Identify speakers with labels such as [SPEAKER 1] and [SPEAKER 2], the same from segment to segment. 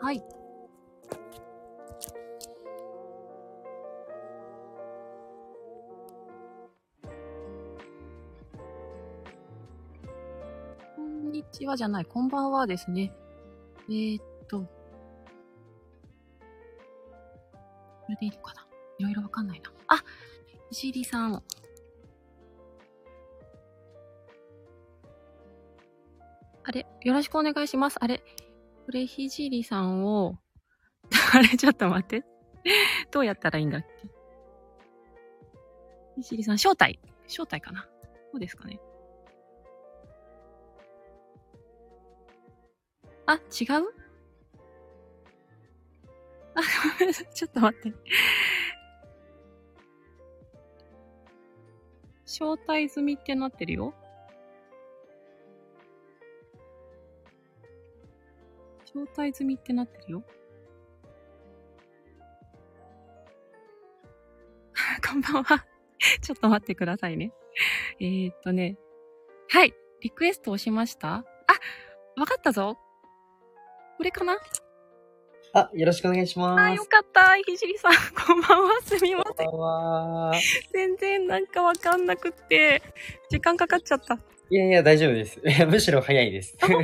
[SPEAKER 1] はい。こんにちはじゃない、こんばんはですね。えー、っと。これでいいのかないろいろわかんないな。あ石入さん。あれ、よろしくお願いします。あれ、これ、ひじりさんを、 あれ、ちょっと待って。 どうやったらいいんだっけひじりさん、招待。招待かなそうですかね。あ、違う あ、ごめんなさい。ちょっと待って。招待済みってなってるよ。招待済みってなってるよ。 こんばんは。ちょっと待ってくださいね。えーっとね。はい。リクエスト押しましたあ、わかったぞ。これかな
[SPEAKER 2] あ、よろしくお願いし
[SPEAKER 1] あ、
[SPEAKER 2] ま
[SPEAKER 1] よ
[SPEAKER 2] す。
[SPEAKER 1] かった。ひじりさん、こんばんは。すみません。
[SPEAKER 2] こんばんは。
[SPEAKER 1] 全然なんかわかんなくって、時間かかっちゃった。
[SPEAKER 2] いやいや、大丈夫です。いやむしろ早いです。
[SPEAKER 1] も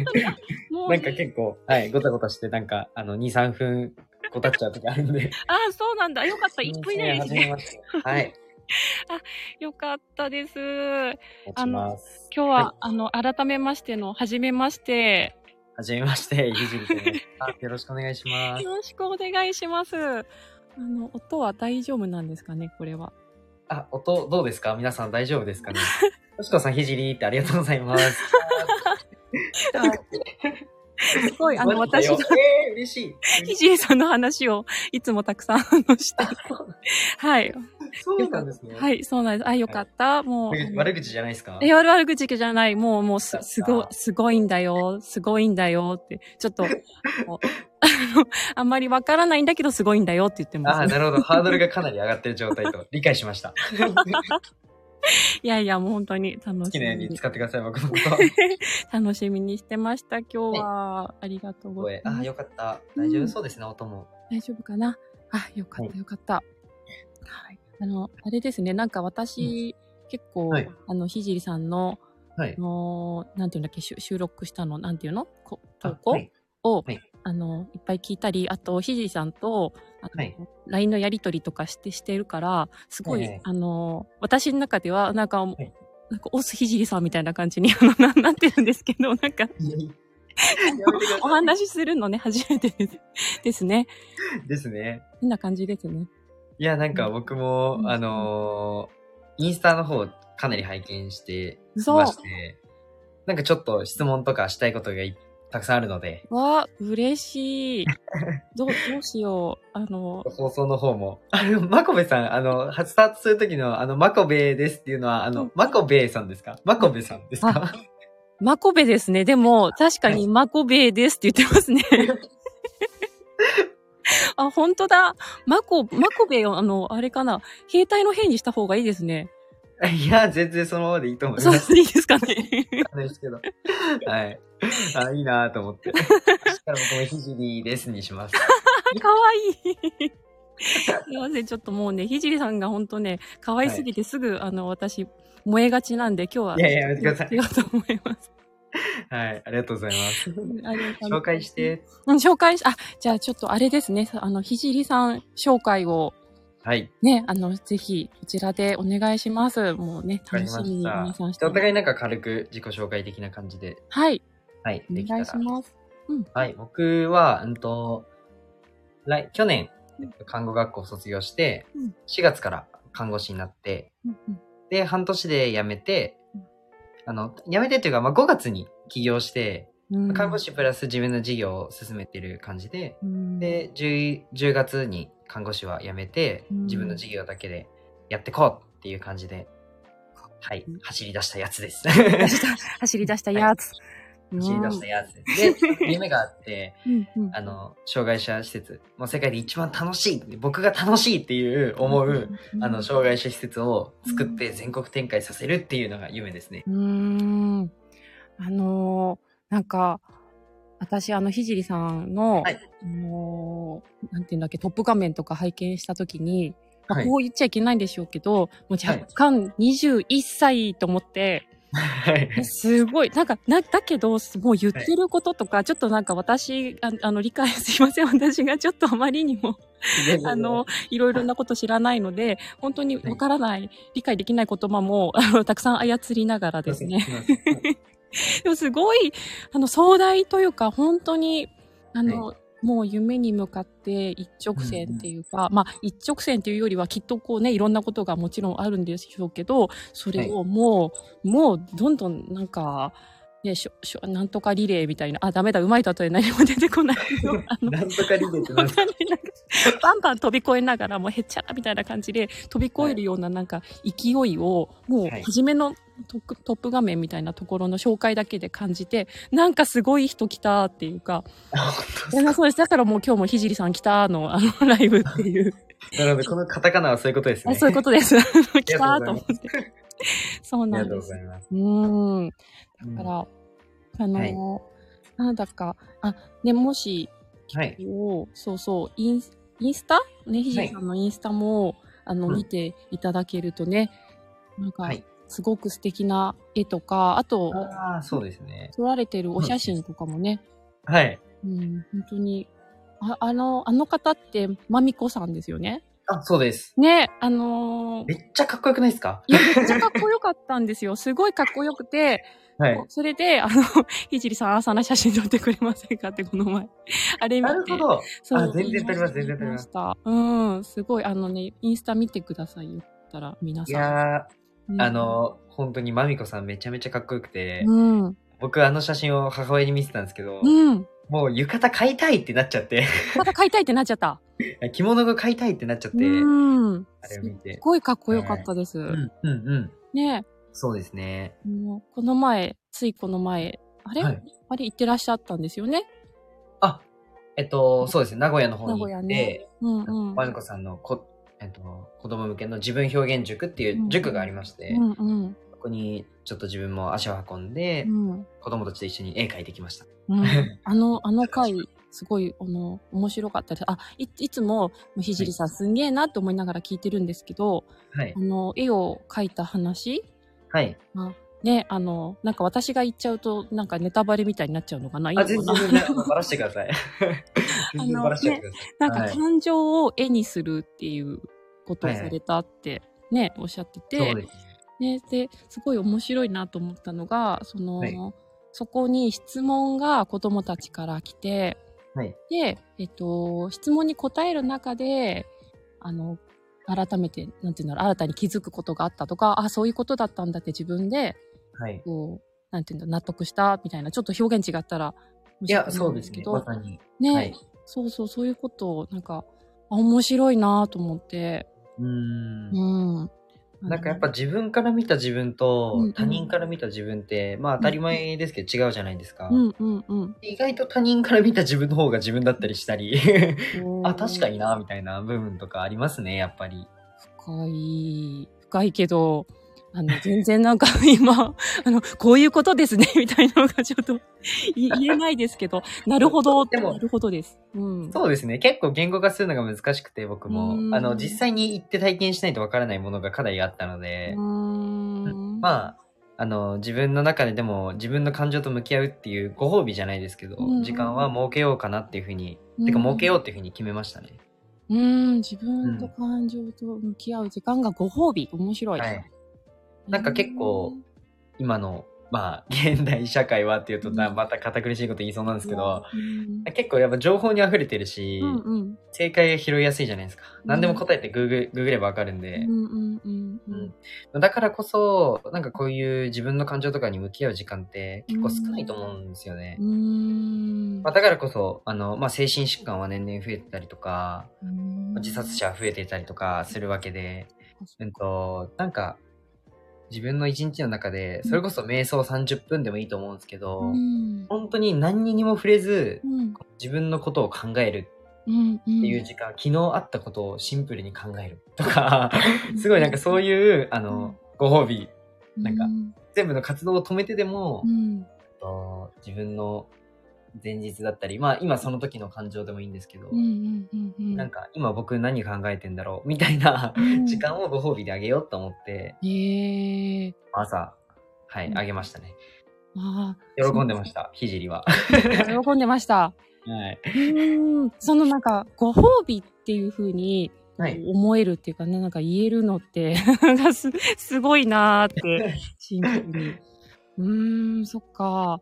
[SPEAKER 1] う、
[SPEAKER 2] なんか結構、はい、ごたごたして、なんか、あの、2、3分、ごたっちゃうとかあるんで。
[SPEAKER 1] ああ、そうなんだ。よかった。1分以内です
[SPEAKER 2] 始
[SPEAKER 1] ね。
[SPEAKER 2] めまして。はい。
[SPEAKER 1] よかったです。今
[SPEAKER 2] 持ちます。
[SPEAKER 1] 日は、
[SPEAKER 2] は
[SPEAKER 1] あの、改めましての、はじめまして。
[SPEAKER 2] はじめまして、ひじりです。あよろしくお願い します。
[SPEAKER 1] よろしくお願いします。あの、音は大丈夫なんですかね、これは。
[SPEAKER 2] あ、音、どうですか皆さん大丈夫ですかねよしこさん、ひじりってありがとうございます。
[SPEAKER 1] すごい、あ の、
[SPEAKER 2] マジだ
[SPEAKER 1] 私
[SPEAKER 2] よ
[SPEAKER 1] の、
[SPEAKER 2] えー、嬉しい。
[SPEAKER 1] ひじりさんの話をいつもたくさんあのして。はい。
[SPEAKER 2] そうなんですね。。
[SPEAKER 1] はいい、そうなんです。あ、よかった。もう。
[SPEAKER 2] 悪口じゃないですか
[SPEAKER 1] え、悪悪口じゃない。もう、もうす
[SPEAKER 2] よ、かった
[SPEAKER 1] すご、すごいんだよ。すごいんだよって。ちょっと、もうあの、あんまりわからないんだけど、すごいんだよって言って
[SPEAKER 2] あ
[SPEAKER 1] ま
[SPEAKER 2] あ、
[SPEAKER 1] す。
[SPEAKER 2] なるほど。ハードルがかなり上がってる状態と理解しました。
[SPEAKER 1] いやいや、もう本当に楽
[SPEAKER 2] 好
[SPEAKER 1] し
[SPEAKER 2] きなよう
[SPEAKER 1] み
[SPEAKER 2] に
[SPEAKER 1] に、
[SPEAKER 2] 使ってくださ い、僕のこと。
[SPEAKER 1] 楽しみにしてました。今日は、ありがとうござい
[SPEAKER 2] 声あ
[SPEAKER 1] ま
[SPEAKER 2] あ、
[SPEAKER 1] す。
[SPEAKER 2] よかった。大丈夫そうですね、音も。
[SPEAKER 1] 大丈夫かなあ、よかっ
[SPEAKER 2] は
[SPEAKER 1] た、よかった。はい。あの、あれですね、なんか私、結構、
[SPEAKER 2] はい
[SPEAKER 1] あの、ひじりさんの、
[SPEAKER 2] はい
[SPEAKER 1] あ。のーなんていうんだっけ、収収録したの、なんていうのこ
[SPEAKER 2] あ
[SPEAKER 1] 投稿、
[SPEAKER 2] はい
[SPEAKER 1] を、
[SPEAKER 2] はい
[SPEAKER 1] あの、いっぱい聞いたり、あと、ひじりさんと、あの
[SPEAKER 2] はい。
[SPEAKER 1] LINE のやりとりとかして、してるから、すごい、
[SPEAKER 2] はいはい
[SPEAKER 1] あの、私の中では、なんか、
[SPEAKER 2] い
[SPEAKER 1] なんか、オスひじりさんみたいな感じに、 あの、ななってるんですけど、なんか、
[SPEAKER 2] やめてくだ
[SPEAKER 1] お
[SPEAKER 2] さ
[SPEAKER 1] 話しするのね、初めてですですね。
[SPEAKER 2] い。ですね。
[SPEAKER 1] 変な感じですね。
[SPEAKER 2] いや、なんか僕も
[SPEAKER 1] う、ん
[SPEAKER 2] あのーインスタの方、かなり拝見してい
[SPEAKER 1] そう
[SPEAKER 2] まして、なんかちょっと質問とかしたいことがいたくさんあるので、
[SPEAKER 1] わあ、嬉しい。どう、どうしよう。あの、
[SPEAKER 2] 放送の方も。あの、マコベさん、あの、初スタートするときの、あの、マコベですっていうのは、あ
[SPEAKER 1] うん
[SPEAKER 2] の、マコベさんですかマコベさんですか
[SPEAKER 1] マコベですね。でも、確かにマコベですって言ってますね。 あ、本当だ。マコ、マコベを、あの、あれかな。兵隊の兵にした方がいいですね。
[SPEAKER 2] いや、全然そのままでいいと思い
[SPEAKER 1] そ
[SPEAKER 2] ま
[SPEAKER 1] う、
[SPEAKER 2] す。
[SPEAKER 1] いいですか ね。
[SPEAKER 2] ですけど。はい。あ、いいなぁと思って。そしたら僕もひじりですに します。
[SPEAKER 1] かわいい。すいません、ちょっともうね、ひじりさんが本当ね、可愛すぎてすぐ、あの、私、燃えがちなんで、今日は。
[SPEAKER 2] いやいややめてください
[SPEAKER 1] 違うと思います。
[SPEAKER 2] はい。ありがとうございます。
[SPEAKER 1] あれあの
[SPEAKER 2] 紹介して。
[SPEAKER 1] うん、紹介し、あ、じゃあちょっとあれですね、あの、ひじりさん紹介を
[SPEAKER 2] はい。
[SPEAKER 1] ね、あの、ぜひ、こちらでお願いします。もうね、
[SPEAKER 2] わか
[SPEAKER 1] 楽
[SPEAKER 2] り
[SPEAKER 1] しみに
[SPEAKER 2] ま
[SPEAKER 1] 皆さん
[SPEAKER 2] し
[SPEAKER 1] して
[SPEAKER 2] た。お
[SPEAKER 1] ます。
[SPEAKER 2] 互いなんか軽く自己紹介的な感じで、
[SPEAKER 1] はい、
[SPEAKER 2] はい、
[SPEAKER 1] お
[SPEAKER 2] できた
[SPEAKER 1] 願いし
[SPEAKER 2] ら。
[SPEAKER 1] ます。うん。
[SPEAKER 2] はい。僕は、うんと、来、去年、えっと看護学校を卒業して
[SPEAKER 1] うん、
[SPEAKER 2] 4月から看護師になって、
[SPEAKER 1] うんうん
[SPEAKER 2] で、半年で辞めて
[SPEAKER 1] うん、
[SPEAKER 2] あの、辞めてというか、まあ、5月に起業して、
[SPEAKER 1] うん
[SPEAKER 2] 看護師プラス自分の事業を進めてる感じで、
[SPEAKER 1] うん
[SPEAKER 2] で 10, 10月に看護師は辞めて
[SPEAKER 1] うん
[SPEAKER 2] 自分の事業だけでやってこうっていう感じで、はい
[SPEAKER 1] うん、
[SPEAKER 2] 走り出したやつです。
[SPEAKER 1] 走り
[SPEAKER 2] 走
[SPEAKER 1] 出した走り出したやつ。
[SPEAKER 2] り出したやつで す。で、夢があって、
[SPEAKER 1] うんうん
[SPEAKER 2] あの、障害者施設、もう世界で一番楽しい、僕が楽しいっていう思う、あの、障害者施設を作って全国展開させるっていうのが夢ですね。
[SPEAKER 1] うーん。あのーなんか、私、あの、ひじりさんの、
[SPEAKER 2] はい
[SPEAKER 1] あのーなんていうんだっけ、トップ画面とか拝見したときに、まあ
[SPEAKER 2] はい
[SPEAKER 1] こう言っちゃいけないんでしょうけど、もう
[SPEAKER 2] はい
[SPEAKER 1] 若干21歳と思って、
[SPEAKER 2] はい。
[SPEAKER 1] すごい、なんか、な、だけど、もう言ってることとか、ちょっとなんか私、ああの、理解すいません、私がちょっとあまりにも、あ の、いろいろなこと知らないので、本当にわからない、理解できない言葉も、あの、たくさん操りながら
[SPEAKER 2] で
[SPEAKER 1] ですす
[SPEAKER 2] ね
[SPEAKER 1] ね。。 でもすごい、あの、壮大というか、本当に、あの、もう夢に向かって一直線っていうか、まあ一直線っていうよりはきっとこうね、いろんなことがもちろんあるんでしょうけど、それをもう、もうどんどんなんか、ね、しょしょなんとかリレーみたいな、あ、ダメだ、うまい例え何も出てこないけど、 あの、
[SPEAKER 2] なんとかリベートな
[SPEAKER 1] 本
[SPEAKER 2] んです
[SPEAKER 1] 当になんかバンバン飛び越えながら、もうへっちゃらみたいな感じで飛び越えるようななんか勢いを、もう
[SPEAKER 2] はい
[SPEAKER 1] 初めのトップトップ画面みたいなところの紹介だけで感じて、なんかすごい人来たっていうか、 いやそうです。だからもう今日もひじりさん来たの、あの、ライブっていう。
[SPEAKER 2] なので、このカタカナはそういうことです
[SPEAKER 1] あ
[SPEAKER 2] ね。
[SPEAKER 1] そういうこと です。あの来たと
[SPEAKER 2] ありがとう
[SPEAKER 1] 思
[SPEAKER 2] ございま
[SPEAKER 1] って。そう
[SPEAKER 2] あ
[SPEAKER 1] な
[SPEAKER 2] り
[SPEAKER 1] んで
[SPEAKER 2] がとうご
[SPEAKER 1] す。
[SPEAKER 2] ざいます。
[SPEAKER 1] うーん。
[SPEAKER 2] うん
[SPEAKER 1] だから、
[SPEAKER 2] は
[SPEAKER 1] あのーなんだか、あ、ね、もし、
[SPEAKER 2] い。
[SPEAKER 1] を、そうそう、インスインスタね、ひじりさんのインスタも、あの、
[SPEAKER 2] うん
[SPEAKER 1] 見ていただけるとね、なんか、
[SPEAKER 2] はい
[SPEAKER 1] すごく素敵な絵とか、あと、
[SPEAKER 2] ああ、そうですね。
[SPEAKER 1] 撮られてるお写真とかもね、
[SPEAKER 2] はい。
[SPEAKER 1] うん、本当に、ああの、あの方って、まみこさんですよね。
[SPEAKER 2] あ、そうです。
[SPEAKER 1] ね、あのー
[SPEAKER 2] めっちゃかっこよくないですか
[SPEAKER 1] いや、めっちゃかっこよかったんですよ。すごいかっこよくて、
[SPEAKER 2] はい。
[SPEAKER 1] それで、あの、ひじりさん、朝の写真撮ってくれませんかって、この前。あれ見て。
[SPEAKER 2] なるほど。
[SPEAKER 1] そう
[SPEAKER 2] あ全然撮ります
[SPEAKER 1] 言い
[SPEAKER 2] 全然撮ります
[SPEAKER 1] 言いました。うん、すごい、あのね、インスタ見てくださいよ。ったら、皆
[SPEAKER 2] い
[SPEAKER 1] さん。
[SPEAKER 2] や
[SPEAKER 1] うん
[SPEAKER 2] ー、あ、の、本当にまみこさんめちゃめちゃかっこよくて、
[SPEAKER 1] うん、
[SPEAKER 2] 僕あの写真を母親に見せたんですけど、
[SPEAKER 1] うん。
[SPEAKER 2] もう浴衣買いたいってなっちゃって、
[SPEAKER 1] また買いたいってなっちゃった。
[SPEAKER 2] 着物が買いたいってなっちゃって、うん、
[SPEAKER 1] うん。
[SPEAKER 2] あれを見て
[SPEAKER 1] すっごいかっこよかったです。
[SPEAKER 2] うん、うん。
[SPEAKER 1] ね
[SPEAKER 2] そうですね。
[SPEAKER 1] え、もうこの前、ついこの前、あれ、
[SPEAKER 2] はい
[SPEAKER 1] あれ行ってらっしゃったんですよね。
[SPEAKER 2] あ、えっと、そうですね、名古屋の方に
[SPEAKER 1] 名古
[SPEAKER 2] 行
[SPEAKER 1] 屋
[SPEAKER 2] って、
[SPEAKER 1] ねうんうん。
[SPEAKER 2] まみこさんのこ、えっと、子供向けの自分表現塾っていう塾がありまして、
[SPEAKER 1] うんうん。
[SPEAKER 2] そこにちょっと自分も足を運んで、
[SPEAKER 1] うん。
[SPEAKER 2] 子供たちと一緒に絵描いてきました。
[SPEAKER 1] うん、 あの、あの回、すごい、あの、面白かったです。あ、い、いつも、ひじりさんすんげえなと思いながら聞いてるんですけど、
[SPEAKER 2] はい
[SPEAKER 1] あ。の、絵を描いた話
[SPEAKER 2] はい。
[SPEAKER 1] ね、あの、なんか私が言っちゃうと、なんかネタバレみたいになっちゃうのかないい
[SPEAKER 2] あ、
[SPEAKER 1] の
[SPEAKER 2] 全
[SPEAKER 1] か
[SPEAKER 2] 然
[SPEAKER 1] な
[SPEAKER 2] 全然、あのバラしてください。全然バラしてください。
[SPEAKER 1] なん
[SPEAKER 2] はい
[SPEAKER 1] か感情を絵にするっていうことを
[SPEAKER 2] はいはい
[SPEAKER 1] されたって、ね、おっしゃってて、
[SPEAKER 2] そうですね。
[SPEAKER 1] ね、で、すごい面白いなと思ったのが、その、
[SPEAKER 2] はい
[SPEAKER 1] そこに質問が子供たちから来て、
[SPEAKER 2] はい
[SPEAKER 1] で、えっと、質問に答える中で、あの、改めて、なんていうんだろう、新たに気づくことがあったとか、あ、そういうことだったんだって自分で、
[SPEAKER 2] はい。
[SPEAKER 1] こう、なんていうんだろう、納得した、みたいな、ちょっと表現違ったら、
[SPEAKER 2] いや、そうですね。
[SPEAKER 1] ど
[SPEAKER 2] まさに。
[SPEAKER 1] ね、
[SPEAKER 2] はい
[SPEAKER 1] そうそう、そういうことを、なんか、あ、面白いなと思って、
[SPEAKER 2] うーん
[SPEAKER 1] う。ん。
[SPEAKER 2] なんかやっぱ自分から見た自分と
[SPEAKER 1] うんうん
[SPEAKER 2] 他人から見た自分って、まあ当たり前ですけど違うじゃないですか
[SPEAKER 1] あ。の、うんうん
[SPEAKER 2] 意外と他人から見た自分の方が自分だったりしたり、
[SPEAKER 1] うん。
[SPEAKER 2] あ、確かにな、みたいな部分とかありますね、やっぱり。
[SPEAKER 1] 深い、深いけど、あの、全然なんか今、 あの、こういうことですね、 みたいなのがちょっとい言えないですけ ど、なるほど、
[SPEAKER 2] でも
[SPEAKER 1] なるほどです。うん。
[SPEAKER 2] そうですね。結構言語化するのが難しくて、僕も
[SPEAKER 1] う。ん
[SPEAKER 2] あの、実際に行って体験しないとわからないものがかなりあったの
[SPEAKER 1] う
[SPEAKER 2] で
[SPEAKER 1] ー、ん。
[SPEAKER 2] まあ、あの、自分の中ででも自分の感情と向き合うっていうご褒美じゃないですけど
[SPEAKER 1] うんう、ん
[SPEAKER 2] 時間は設けようかなっていうふうに、
[SPEAKER 1] うん
[SPEAKER 2] てか設けようっていうふうに決めましたね。
[SPEAKER 1] うーん、自分と感情と向き合う時間がご褒美。面白い。
[SPEAKER 2] はいなんか結構今の、まあ、 現代社会はっていうとな、
[SPEAKER 1] うん
[SPEAKER 2] また堅苦しいこと言いそうなんですけど、
[SPEAKER 1] うん、
[SPEAKER 2] 結構やっぱ情報に溢れてるし、
[SPEAKER 1] うんうん。
[SPEAKER 2] 正解が拾いやすいじゃないですか。
[SPEAKER 1] ん
[SPEAKER 2] 何でも答えてグーグググればわかるん
[SPEAKER 1] う
[SPEAKER 2] で、
[SPEAKER 1] んうんうんうん。
[SPEAKER 2] だからこそ、なんかこういう自分の感情とかに向き合う時間って結構少ないと思うんですよね。
[SPEAKER 1] うーん
[SPEAKER 2] まあ、だからこそ、あの、まあ、精神疾患は年々増えてたりとか、
[SPEAKER 1] うーん
[SPEAKER 2] 自殺者は増えていたりとかするわけで、うんと、なんか、自分の一日の中で、それこそ瞑想30分でもいいと思うんですけど、
[SPEAKER 1] うん
[SPEAKER 2] 本当に何にも触れず
[SPEAKER 1] う、ん
[SPEAKER 2] 自分のことを考える
[SPEAKER 1] うんうん
[SPEAKER 2] っていう時間、昨日あったことをシンプルに考えるとか、すごいなんかそういう、あの、ご褒美、なんか
[SPEAKER 1] うん
[SPEAKER 2] 全部の活動を止めてでも
[SPEAKER 1] う、ん
[SPEAKER 2] えっと自分の前日だったり、まあ今その時の感情でもいいんですけど、
[SPEAKER 1] うんうんうんうん。
[SPEAKER 2] なんか今僕何考えてんだろうみたいな
[SPEAKER 1] うん
[SPEAKER 2] 時間をご褒美であげようと思って、
[SPEAKER 1] ええ
[SPEAKER 2] 朝、はい、
[SPEAKER 1] うん
[SPEAKER 2] あげましたね。
[SPEAKER 1] あ
[SPEAKER 2] 喜んでました、ひじりは。
[SPEAKER 1] あ、喜んでま した。
[SPEAKER 2] はい。
[SPEAKER 1] うーん。そのなんか、ご褒美っていう風に
[SPEAKER 2] はい。
[SPEAKER 1] 思えるっていうかね、なんか言えるのって、 なんかす、すごいなー って、シンプルに。うーん、そっか。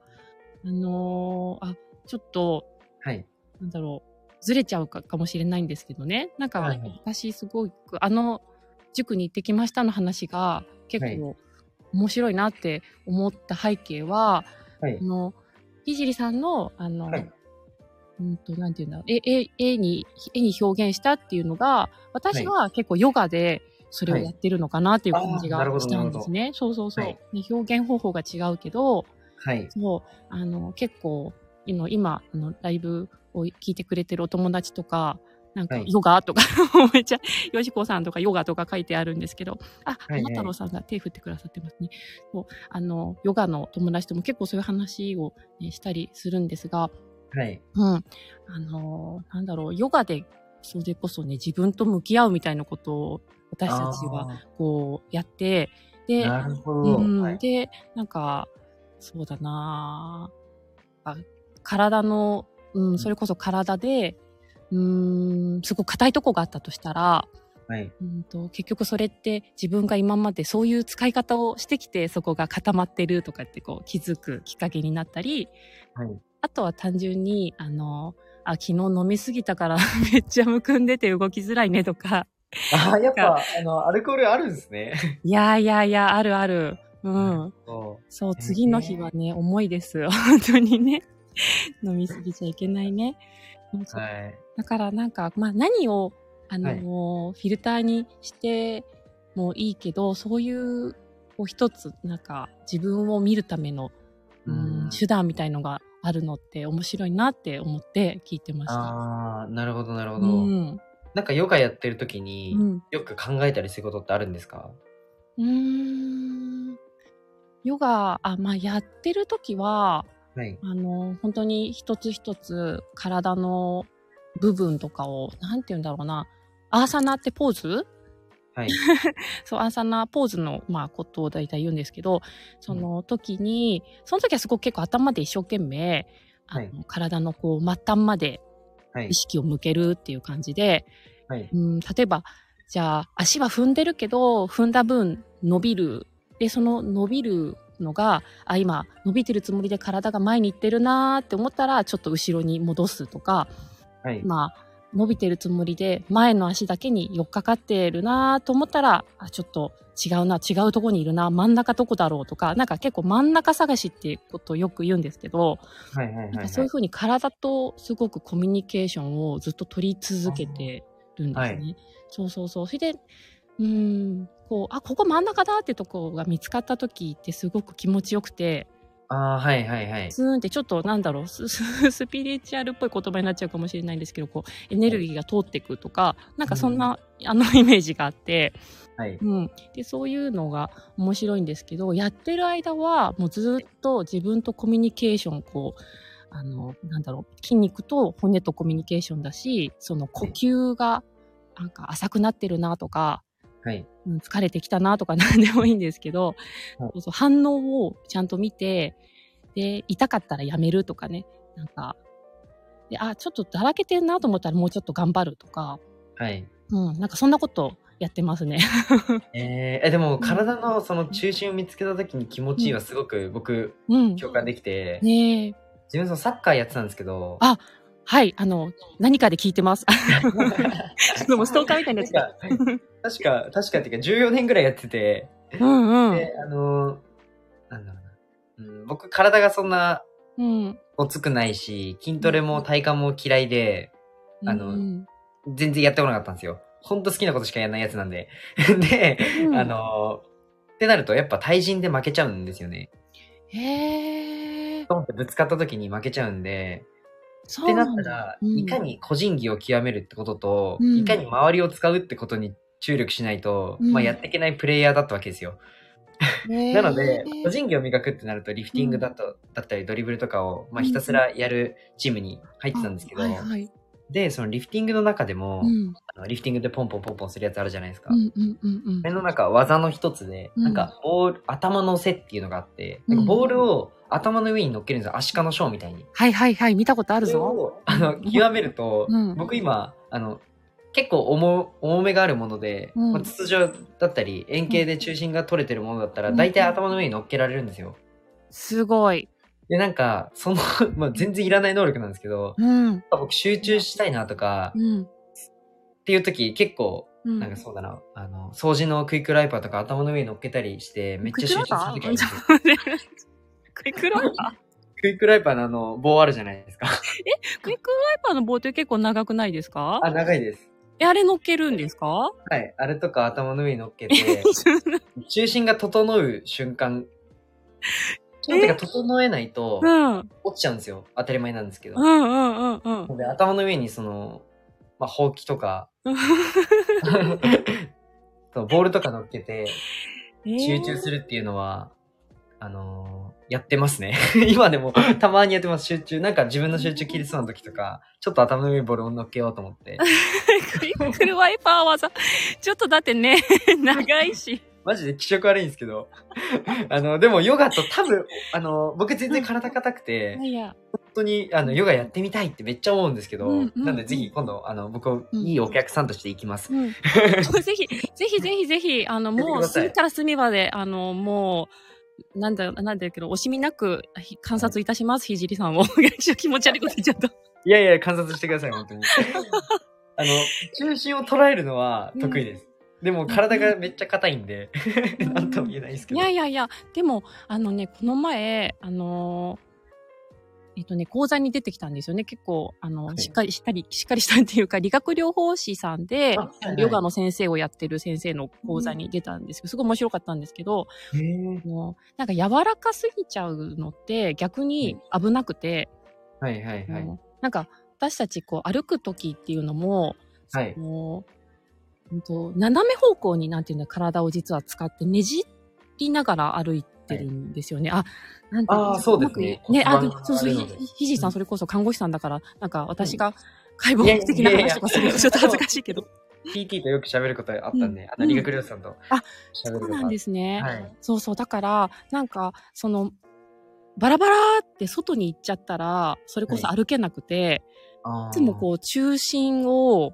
[SPEAKER 1] あのーあ、ちょっと、
[SPEAKER 2] はい。
[SPEAKER 1] なんだろう、ずれちゃうかかもしれないんですけどね。なんか、
[SPEAKER 2] はいはい
[SPEAKER 1] 私すごく、あの、塾に行ってきましたの話が、結構、面白いなって思った背景は、
[SPEAKER 2] はい
[SPEAKER 1] あ。の、ひじりさんの、あの、
[SPEAKER 2] はい
[SPEAKER 1] うんと、なんていうんだろう、絵、絵、絵に、絵に表現したっていうのが、私は結構ヨガで、それをやってるのかなっていう感じ
[SPEAKER 2] はいあーなる
[SPEAKER 1] が
[SPEAKER 2] ほど
[SPEAKER 1] したんですね。そうそうそう、
[SPEAKER 2] はい
[SPEAKER 1] ね表現方法が違うけど、
[SPEAKER 2] はい。
[SPEAKER 1] そう、あの、結構、あの今、あの、ライブを聞いてくれてるお友達とか、なんか
[SPEAKER 2] は、い
[SPEAKER 1] ヨガとか、 めっちゃ、よしこさんとかヨガとか書いてあるんですけど、あ、
[SPEAKER 2] いはい
[SPEAKER 1] 花太郎さんが手振ってくださってますね。そう、あの、ヨガの友達とも結構そういう話を、ね、したりするんですが、
[SPEAKER 2] はい。
[SPEAKER 1] うん。あの、なんだろう、ヨガで、それこそね、自分と向き合うみたいなことを、私たちは、こう、やって、
[SPEAKER 2] あ
[SPEAKER 1] で
[SPEAKER 2] ー、なるほど。
[SPEAKER 1] うん
[SPEAKER 2] はい。
[SPEAKER 1] で、なんか、そうだなぁあ体の、うん、それこそ体で、うーん、すごく硬いとこがあったとしたら、
[SPEAKER 2] はい。
[SPEAKER 1] うんと、結局それって自分が今までそういう使い方をしてきてそこが固まってるとかってこう気づくきっかけになったり、
[SPEAKER 2] はい
[SPEAKER 1] あとは単純に、あの、あ、昨日飲みすぎたから めっちゃむくんでて動きづらいねとか、
[SPEAKER 2] ああ、やっぱ、あの、アルコールあるんですね。
[SPEAKER 1] いやいやいや、あるある。うん。
[SPEAKER 2] そ
[SPEAKER 1] そう、
[SPEAKER 2] えー
[SPEAKER 1] 次の日はね、重いです。 本当にね。飲みすぎちゃいけないね。そう
[SPEAKER 2] う。
[SPEAKER 1] そう
[SPEAKER 2] はい。
[SPEAKER 1] だからなんか、まあ何を、あの
[SPEAKER 2] はい
[SPEAKER 1] フィルターにしてもいいけど、そういう、こう一つ、なんか自分を見るための、うん手段みたいのがあるのって面白いなって思って聞いてました。
[SPEAKER 2] ああ、なるほど、なるほ
[SPEAKER 1] う
[SPEAKER 2] ど。
[SPEAKER 1] ん。
[SPEAKER 2] なんかヨガやってる時に、
[SPEAKER 1] うん。
[SPEAKER 2] よく考えたりすることってあるんですか
[SPEAKER 1] うーん。ヨガ、あ、まあやってる時は、
[SPEAKER 2] はい。
[SPEAKER 1] あの、本当に一つ一つ体の部分とかを、なんて言うんだろうな、アーサナってポーズ
[SPEAKER 2] はい。
[SPEAKER 1] そう、アーサナポーズの、まあ、ことを大体言うんですけど、その時に、その時はすごく結構頭で一生懸命、あの
[SPEAKER 2] は
[SPEAKER 1] 体のこう末端まで
[SPEAKER 2] はい
[SPEAKER 1] 意。識を向けるっていう感じで、
[SPEAKER 2] はい。
[SPEAKER 1] うん、例えば、じゃあ、足は踏んでるけど、踏んだ分伸びる。で、その伸びるのが、あ、今、伸びてるつもりで体が前に行ってるなーって思ったら、ちょっと後ろに戻すとか、
[SPEAKER 2] はい。
[SPEAKER 1] まあ、伸びてるつもりで、前の足だけに寄っかかってるなーと思ったら、あ、ちょっと違うな、違うとこにいるな、真ん中どこだろうとか、なんか結構真ん中探しっていうことをよく言うんですけど、
[SPEAKER 2] はい。はい。
[SPEAKER 1] なん
[SPEAKER 2] は
[SPEAKER 1] か
[SPEAKER 2] い。
[SPEAKER 1] そういうふうに体とすごくコミュニケーションをずっと取り続けてるんですね。
[SPEAKER 2] はい
[SPEAKER 1] そうそうそう。それで、うーん、こう、あ、ここ真ん中だってとこが見つかった時ってすごく気持ちよくて、
[SPEAKER 2] ああー、はい。はい。はい。
[SPEAKER 1] スーンってちょっとなんだろう、スス スピリチュアルっぽい言葉になっちゃうかもしれないんですけど、こう、エネルギーが通ってくとか、なんかそんな、あのイメージがあって、
[SPEAKER 2] はい。
[SPEAKER 1] うん。で、そういうのが面白いんですけど、やってる間は、もうずっと自分とコミュニケーション、こう、あの、なんだろう、筋肉と骨とコミュニケーションだし、その呼吸が、なんか浅くなってるなとか、
[SPEAKER 2] はい。
[SPEAKER 1] うん疲れてきたなとか何でもいいんですけど、
[SPEAKER 2] はい
[SPEAKER 1] そうそう反応をちゃんと見て、で、痛かったらやめるとかね、なんか、で、あ、ちょっとだらけてんなと思ったらもうちょっと頑張るとか、
[SPEAKER 2] はい。
[SPEAKER 1] うん、なんかそんなことやってますね。
[SPEAKER 2] えー、えでも体のその中心を見つけた時に気持ちいいはすごく僕
[SPEAKER 1] うん。
[SPEAKER 2] 共感できて、
[SPEAKER 1] ねえ。
[SPEAKER 2] 自分そのサッカーやってたんですけど
[SPEAKER 1] あはい、あの、何かで聞いて ます。ちょっともうストーカーみたいになっちゃっ
[SPEAKER 2] なんか確か確かっていうか14年ぐらいやってて、
[SPEAKER 1] た。うんうん。
[SPEAKER 2] であのーなんだろうな、うん、僕体がそんな
[SPEAKER 1] うん。
[SPEAKER 2] おつくないし筋トレも体幹も嫌いであの
[SPEAKER 1] うん
[SPEAKER 2] 全然やってこなかったんですよほんと好きなことしかやらないやつなんで で、
[SPEAKER 1] うん
[SPEAKER 2] あのーってなるとやっぱ対人で負けちゃうんですよね
[SPEAKER 1] へえ。
[SPEAKER 2] ドンってぶつかった時に負けちゃうんでっ
[SPEAKER 1] そ
[SPEAKER 2] て
[SPEAKER 1] う
[SPEAKER 2] な
[SPEAKER 1] な
[SPEAKER 2] っ
[SPEAKER 1] ん
[SPEAKER 2] た
[SPEAKER 1] だ
[SPEAKER 2] ら、
[SPEAKER 1] うん
[SPEAKER 2] いかに個人技を極めるってことと、
[SPEAKER 1] うん
[SPEAKER 2] いかに周りを使うってことに注力しないと、
[SPEAKER 1] うん
[SPEAKER 2] まあ、やっていけないプレイヤーだったわけですよ。
[SPEAKER 1] ね
[SPEAKER 2] なので、個人技を磨くってなると、リフティングだと、だったり、ドリブルとかを、まあ、ひたすらやるチームに入ってたんですけど、
[SPEAKER 1] はいはい。
[SPEAKER 2] で、そのリフティングの中でも、
[SPEAKER 1] うん。
[SPEAKER 2] あのリフティングでポンポンポンポンするやつあるじゃないですか。
[SPEAKER 1] うんうんうんうん
[SPEAKER 2] それの中、技の一つで、
[SPEAKER 1] うん
[SPEAKER 2] なんか、ボール、頭のせっていうのがあって、
[SPEAKER 1] うん
[SPEAKER 2] なんかボールを頭の上に乗っけるんですよ。アシカのショーみたいに。
[SPEAKER 1] はいはいはい、見たことある
[SPEAKER 2] それ
[SPEAKER 1] ぞ。
[SPEAKER 2] を、あの、極めると、
[SPEAKER 1] うん
[SPEAKER 2] 僕今、あの、結構重重めがあるもので、
[SPEAKER 1] うん
[SPEAKER 2] まあ筒状だったり、円形で中心が取れてるものだったら、
[SPEAKER 1] うん
[SPEAKER 2] 大体頭の上に乗っけられるんですよ。
[SPEAKER 1] すごい。
[SPEAKER 2] で、なんか、その、 まあ、全然いらない能力なんですけど、
[SPEAKER 1] うん。
[SPEAKER 2] 僕集中したいなとか、
[SPEAKER 1] うん。
[SPEAKER 2] っていう時、結構、
[SPEAKER 1] うん
[SPEAKER 2] なんかそうだな、あの、掃除のクイックライパーとか頭の上に乗っけたりして、めっちゃ集中する時あるんですよ。
[SPEAKER 1] クイック ライパ
[SPEAKER 2] クイックライパーのあの、棒あるじゃないですか。
[SPEAKER 1] ークイックライパーの棒って結構長くないですか
[SPEAKER 2] あ、長いです。
[SPEAKER 1] え、あれ乗っけるんですか
[SPEAKER 2] はい。あれとか頭の上に乗っ けて、中心が整う瞬間、
[SPEAKER 1] え
[SPEAKER 2] なんてか整えないと
[SPEAKER 1] うん。うん
[SPEAKER 2] 落ちちゃうんですよ。当たり前なんですけど。
[SPEAKER 1] うんうんうん。
[SPEAKER 2] で頭の上にその、まあ、ほうきと か、そうボールとか乗っけて集中す
[SPEAKER 1] る。
[SPEAKER 2] るっていうのは、あのーやってますね。 今でもたまにやってます。集中。なんか自分の集中切りそうな時とか、ちょっと頭の上にボールを乗っけようと思って。
[SPEAKER 1] クイックライパーはさ、ちょっとだって ね、長いし。
[SPEAKER 2] マジで気色悪いんですけど。 あの、でもヨガと多分、あの、僕全然体硬くて、
[SPEAKER 1] いや。
[SPEAKER 2] 本当にあのヨガやってみたいってめっちゃ思うんですけど、
[SPEAKER 1] うんうんうん
[SPEAKER 2] なんでぜひ今度、あの、僕をいいお客さんとして行きます。
[SPEAKER 1] うん。ぜひ、ぜひぜひぜひ、あの、も
[SPEAKER 2] やってく
[SPEAKER 1] う、
[SPEAKER 2] ださい
[SPEAKER 1] 隅から隅まで、あの、もう、なんだ、なんだけど、惜しみなくひ観察いたします、ひじりさんを。 気持ち悪いこと言っちゃった。
[SPEAKER 2] いやいや、観察してください、本当に。あの、中心を捉えるのは得意です。でも体がめっちゃ硬いんで、
[SPEAKER 1] うん
[SPEAKER 2] なんとも言えないですけ
[SPEAKER 1] い
[SPEAKER 2] ど。
[SPEAKER 1] やいやいや、でも、あのね、この前、あのーえっとね、講座に出てきたんですよね。結構、あの、
[SPEAKER 2] はい
[SPEAKER 1] しっかりしたり、しっかりしたっていうか、理学療法士さんで、
[SPEAKER 2] あはいはい
[SPEAKER 1] ヨガの先生をやってる先生の講座に出たんですけど、すごい面白かったんですけど、
[SPEAKER 2] へー
[SPEAKER 1] あのなんか柔らかすぎちゃうのって逆に危なくて、
[SPEAKER 2] はいはいは
[SPEAKER 1] あ
[SPEAKER 2] い。
[SPEAKER 1] のなんか私たちこう歩く時っていうのも、
[SPEAKER 2] はい
[SPEAKER 1] そのうんと斜め方向になんていうんだ体を実は使ってねじりながら歩いてるんですよね。あ、なんてい
[SPEAKER 2] あーそうですね
[SPEAKER 1] うまくね、あ、
[SPEAKER 2] 骨盤
[SPEAKER 1] で
[SPEAKER 2] が
[SPEAKER 1] そうそう、
[SPEAKER 2] ある
[SPEAKER 1] ひ
[SPEAKER 2] ので
[SPEAKER 1] ひじいさ
[SPEAKER 2] うんん
[SPEAKER 1] それこそ看護師さんだから、なんか私
[SPEAKER 2] うん
[SPEAKER 1] が解剖的ない
[SPEAKER 2] やいやい
[SPEAKER 1] 話
[SPEAKER 2] や
[SPEAKER 1] とかするとちょっと恥ずかしいけど。
[SPEAKER 2] PT とよく喋ることがあったんで、
[SPEAKER 1] うん
[SPEAKER 2] あの、理学療法士さんと
[SPEAKER 1] あ
[SPEAKER 2] 喋
[SPEAKER 1] そ
[SPEAKER 2] るこ
[SPEAKER 1] う
[SPEAKER 2] とがあ
[SPEAKER 1] なんですね。
[SPEAKER 2] はい。
[SPEAKER 1] そうそう。だから、なんか、その、バラバラって外に行っちゃったら、それこそ
[SPEAKER 2] は
[SPEAKER 1] 歩けなくて、
[SPEAKER 2] あー
[SPEAKER 1] いつもこう中心を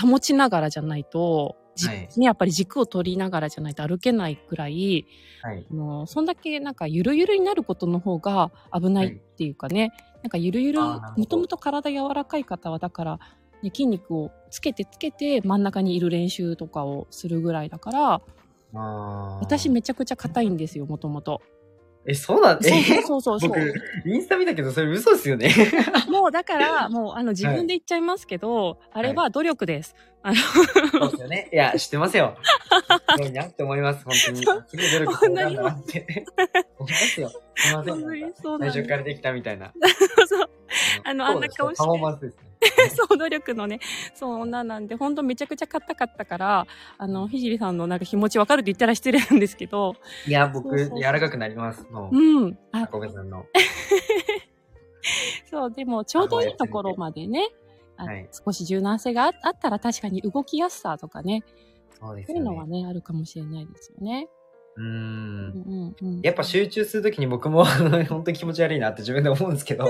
[SPEAKER 1] 保ちながらじゃないと、じ
[SPEAKER 2] はい
[SPEAKER 1] ね、やっぱり軸を取りながらじゃないと歩けないくらい、
[SPEAKER 2] はい。
[SPEAKER 1] あのそんだけなんかゆるゆるになることの方が危ないっていうかね、なんかゆるゆる、
[SPEAKER 2] あーなるほど
[SPEAKER 1] もともと体柔らかい方はだから、ね、筋肉をつけてつけて真ん中にいる練習とかをするぐらいだから、
[SPEAKER 2] あー
[SPEAKER 1] 私めちゃくちゃ硬いんですよ、もともと。
[SPEAKER 2] え、そう なん
[SPEAKER 1] そう
[SPEAKER 2] え
[SPEAKER 1] そうそうそう。
[SPEAKER 2] 僕、インスタ見たけど、それ嘘ですよね。
[SPEAKER 1] もうだから、もうあの自分で言っちゃいますけど、あれは努力です。
[SPEAKER 2] そうですよね。いや、知ってますよ。すごいなって思います、本当に。すごい努力されたんだなって。思いますよ。すいません。なんか
[SPEAKER 1] そうなん
[SPEAKER 2] 最
[SPEAKER 1] で
[SPEAKER 2] 初
[SPEAKER 1] す
[SPEAKER 2] からできたみたいな。
[SPEAKER 1] そうあの
[SPEAKER 2] そうです
[SPEAKER 1] あんな顔して
[SPEAKER 2] パフォーマンスですね。
[SPEAKER 1] そう、努力のね、そう、女なんで、ほんとめちゃくちゃ硬かったから、あの、ひじりさんのなんか気持ちわかるって言ったら失礼なんですけど、
[SPEAKER 2] いや、
[SPEAKER 1] そう
[SPEAKER 2] 僕、
[SPEAKER 1] そうそう
[SPEAKER 2] 柔らかくなります。もう、
[SPEAKER 1] うん。あ、
[SPEAKER 2] ごめさんの。
[SPEAKER 1] そう、でもちょうどいいところまでね、あ
[SPEAKER 2] はい
[SPEAKER 1] 少し柔軟性がああったら確かに動きやすさとかね、
[SPEAKER 2] そうです
[SPEAKER 1] そういうの
[SPEAKER 2] よ
[SPEAKER 1] は
[SPEAKER 2] ね。
[SPEAKER 1] ね、あるかもしれないですよね。
[SPEAKER 2] うー。
[SPEAKER 1] うんんうんうん。
[SPEAKER 2] やっぱ集中するときに僕も、あの本当に気持ち悪いなって自分で思うんですけど、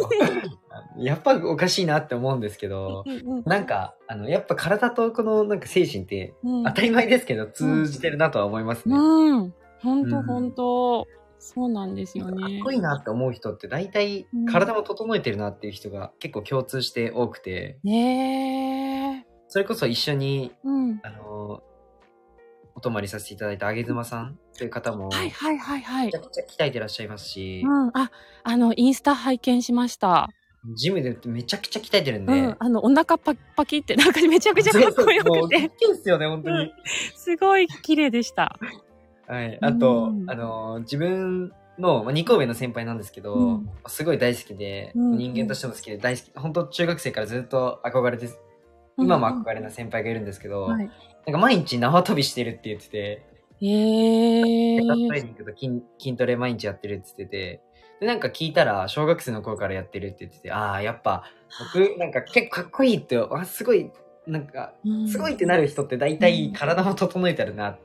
[SPEAKER 2] やっぱおかしいなって思うんですけど、
[SPEAKER 1] うんうん
[SPEAKER 2] なんか、あの、やっぱ体とこの、なんか精神って、
[SPEAKER 1] うん
[SPEAKER 2] 当たり前ですけど、通じてるなとは思いますね。
[SPEAKER 1] うん。ほん
[SPEAKER 2] う
[SPEAKER 1] と
[SPEAKER 2] ん
[SPEAKER 1] ほんと。そうなんですよ
[SPEAKER 2] なんかか
[SPEAKER 1] ね。
[SPEAKER 2] っこいいなって思う人って大体
[SPEAKER 1] うん
[SPEAKER 2] 体も整えてるなっていう人が結構共通して多くて
[SPEAKER 1] ねえ。
[SPEAKER 2] それこそ一緒に
[SPEAKER 1] うん。
[SPEAKER 2] あのお泊まりさせていただいたあげずまさんという方も
[SPEAKER 1] はい
[SPEAKER 2] め
[SPEAKER 1] はいはいはい
[SPEAKER 2] ちゃ。くちゃ鍛えてらっしゃいますし
[SPEAKER 1] う、ん。あ、あの、インスタ拝見しました。
[SPEAKER 2] ジムでめちゃくちゃ鍛えてるんで、
[SPEAKER 1] うん。あの、お腹パキパキって、なんかめちゃくちゃかっこよ
[SPEAKER 2] そうそうも
[SPEAKER 1] く
[SPEAKER 2] うか
[SPEAKER 1] て
[SPEAKER 2] っ、けえっすよね本当に、
[SPEAKER 1] すごい綺麗でした。
[SPEAKER 2] はい、あと、
[SPEAKER 1] うん
[SPEAKER 2] あの自分の、まあ、2個上の先輩なんですけど、
[SPEAKER 1] うん
[SPEAKER 2] すごい大好きで、
[SPEAKER 1] うん
[SPEAKER 2] 人間としても好きで大好き本当中学生からずっと憧れて今も憧れな先輩がいるんですけど、
[SPEAKER 1] はい。
[SPEAKER 2] なんか毎日縄跳びしてるって言ってて、
[SPEAKER 1] ええ
[SPEAKER 2] トレーニングと筋筋トレ毎日やってるって言ってて、で、なんか聞いたら、小学生の頃からやってるって言ってて、ああ、やっぱ、僕、なんか結構かっこいいって、あ、すごい、なんか、
[SPEAKER 1] うん
[SPEAKER 2] すごいってなる人って大体体も整えてるなっ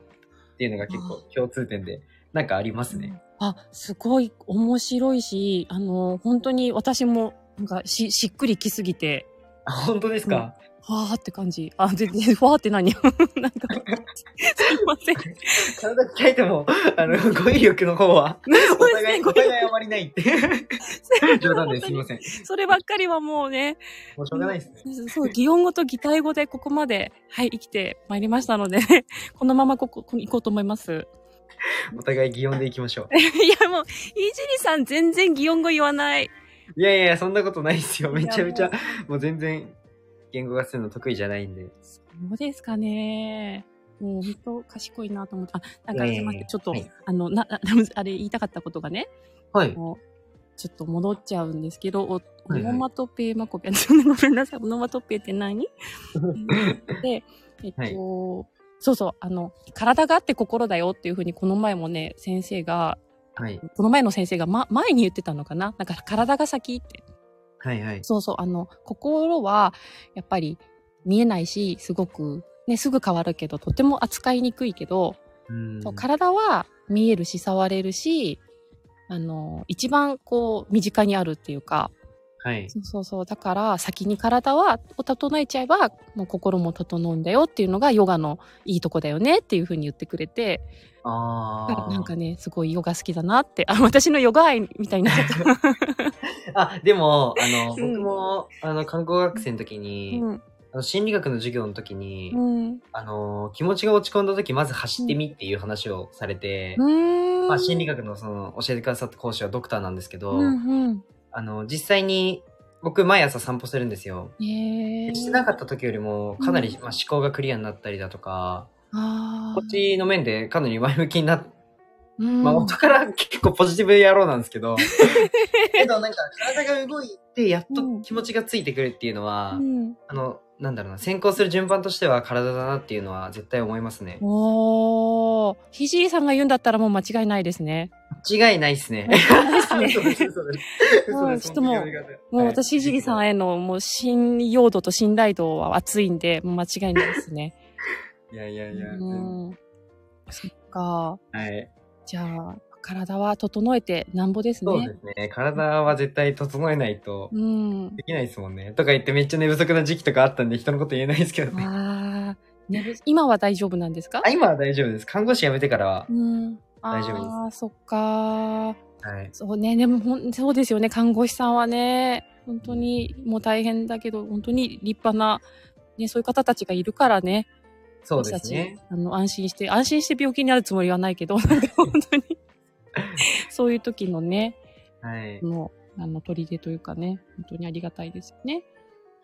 [SPEAKER 2] ていうのが結構共通点で、なんかありますね。
[SPEAKER 1] あ、すごい面白いし、あの、本当に私も、なんかし、しっくりきすぎて、
[SPEAKER 2] あ、本当ですか、
[SPEAKER 1] わーって感じ。あ、全然、わーって何 なんか、すいません。
[SPEAKER 2] 体鍛えても、あの、語彙力の方は、お互い、お互いあまりないって。冗談です。すいません。
[SPEAKER 1] そればっかりはもうね、
[SPEAKER 2] もうしょうがないですね。
[SPEAKER 1] そう、擬音語と擬態語でここまで、はい、生きてまいりましたので、このままここ、ここ行こうと思います。
[SPEAKER 2] お互い擬音でいきましょ
[SPEAKER 1] いや、もう、いじりさん全然擬音語言わない。
[SPEAKER 2] う。いやいやいや、そんなことないですよ。めちゃめちゃ、もう全然、言語化するの得意じゃないんで。
[SPEAKER 1] そうですかね。もう本当賢いなと思って。あ、なん
[SPEAKER 2] い
[SPEAKER 1] か
[SPEAKER 2] や
[SPEAKER 1] すい
[SPEAKER 2] いやいや
[SPEAKER 1] ません、ちょっと、
[SPEAKER 2] はい
[SPEAKER 1] あの、な、なあれ言いたかったことがね、
[SPEAKER 2] はい。
[SPEAKER 1] もうちょっと戻っちゃうんですけど、おオ
[SPEAKER 2] はい
[SPEAKER 1] ノマトペマコペ、ごめんなさい、オノマトペって 何で、えっと、
[SPEAKER 2] はい
[SPEAKER 1] そうそう、あの、体があって心だよっていうふうに、この前もね、先生が、
[SPEAKER 2] はい。
[SPEAKER 1] この前の先生が、ま、前に言ってたのかななんか体が先って。
[SPEAKER 2] はいはい。
[SPEAKER 1] そうそう、あの、心は、やっぱり見えないし、すごく、ね、すぐ変わるけど、とても扱いにくいけど、
[SPEAKER 2] うん
[SPEAKER 1] そう体は見えるし、触れるし、あの、一番こう、身近にあるっていうか、
[SPEAKER 2] はい。
[SPEAKER 1] そうそうそう、だから先に体は、を整えちゃえば、もう心も整うんだよっていうのがヨガのいいとこだよねっていうふうに言ってくれて、だから
[SPEAKER 2] ああ。
[SPEAKER 1] なんかね、すごいヨガ好きだなって、あ、私のヨガ愛みたいになっちゃった。
[SPEAKER 2] あ、でも、あの、
[SPEAKER 1] うん
[SPEAKER 2] 僕も、あの、観光学生の時に、
[SPEAKER 1] うん。
[SPEAKER 2] あの心理学の授業の時に、
[SPEAKER 1] うん。
[SPEAKER 2] あの、気持ちが落ち込んだ時、まず走ってみっていう話をされて、
[SPEAKER 1] うん。
[SPEAKER 2] まあ、心理学のその、教えてくださった講師はドクターなんですけど、
[SPEAKER 1] うんうん。
[SPEAKER 2] あの、実際に、僕、毎朝散歩するんですよ。
[SPEAKER 1] へえ。
[SPEAKER 2] してなかった時よりも、かなり、
[SPEAKER 1] うん
[SPEAKER 2] まあ、思考がクリアになったりだとか、
[SPEAKER 1] あ
[SPEAKER 2] こっちの面でかなり前向きになっ
[SPEAKER 1] うん
[SPEAKER 2] まあ、元から結構ポジティブ野郎なんです けど、けどなんか体が動いてやっと気持ちがついてくるっていうのは、
[SPEAKER 1] うん、
[SPEAKER 2] あの、なんだろうな、先行する順番としては体だなっていうのは絶対思いますね。
[SPEAKER 1] おー、ひじりさんが言うんだったらもう間違いないですね。
[SPEAKER 2] 間違いないっすね。
[SPEAKER 1] ですね
[SPEAKER 2] そうです、そうです。
[SPEAKER 1] もう
[SPEAKER 2] そうです
[SPEAKER 1] ちょっともう
[SPEAKER 2] 本当にありがたい
[SPEAKER 1] もう
[SPEAKER 2] はい
[SPEAKER 1] 私、ひじりさんへのもう信用度と信頼度は熱いんで、もう間違いないですね。
[SPEAKER 2] いやいや
[SPEAKER 1] う
[SPEAKER 2] いや。
[SPEAKER 1] ん。そっか。
[SPEAKER 2] はい。
[SPEAKER 1] じゃあ、体は整えてなんぼですね。
[SPEAKER 2] そうですね。体は絶対整えないと
[SPEAKER 1] うん。
[SPEAKER 2] できないですもんね。とか言ってめっちゃ寝不足な時期とかあったんで人のこと言えないですけどね。
[SPEAKER 1] あー、ね、今は大丈夫なんですか
[SPEAKER 2] あ、今は大丈夫です。看護師辞めてからは
[SPEAKER 1] う。ん。
[SPEAKER 2] 大丈夫です
[SPEAKER 1] ああ、そっか。
[SPEAKER 2] はい。
[SPEAKER 1] そうね、でもほんそうですよね、看護師さんはね、本当にもう大変だけど、本当に立派な、ね、そういう方たちがいるからね、
[SPEAKER 2] そうですね
[SPEAKER 1] 私。たちあの安心して、安心して病気になるつもりはないけど、 なんか本当に、そういう時のね、
[SPEAKER 2] はい。
[SPEAKER 1] のあの砦というかね、本当にありがたいですよね。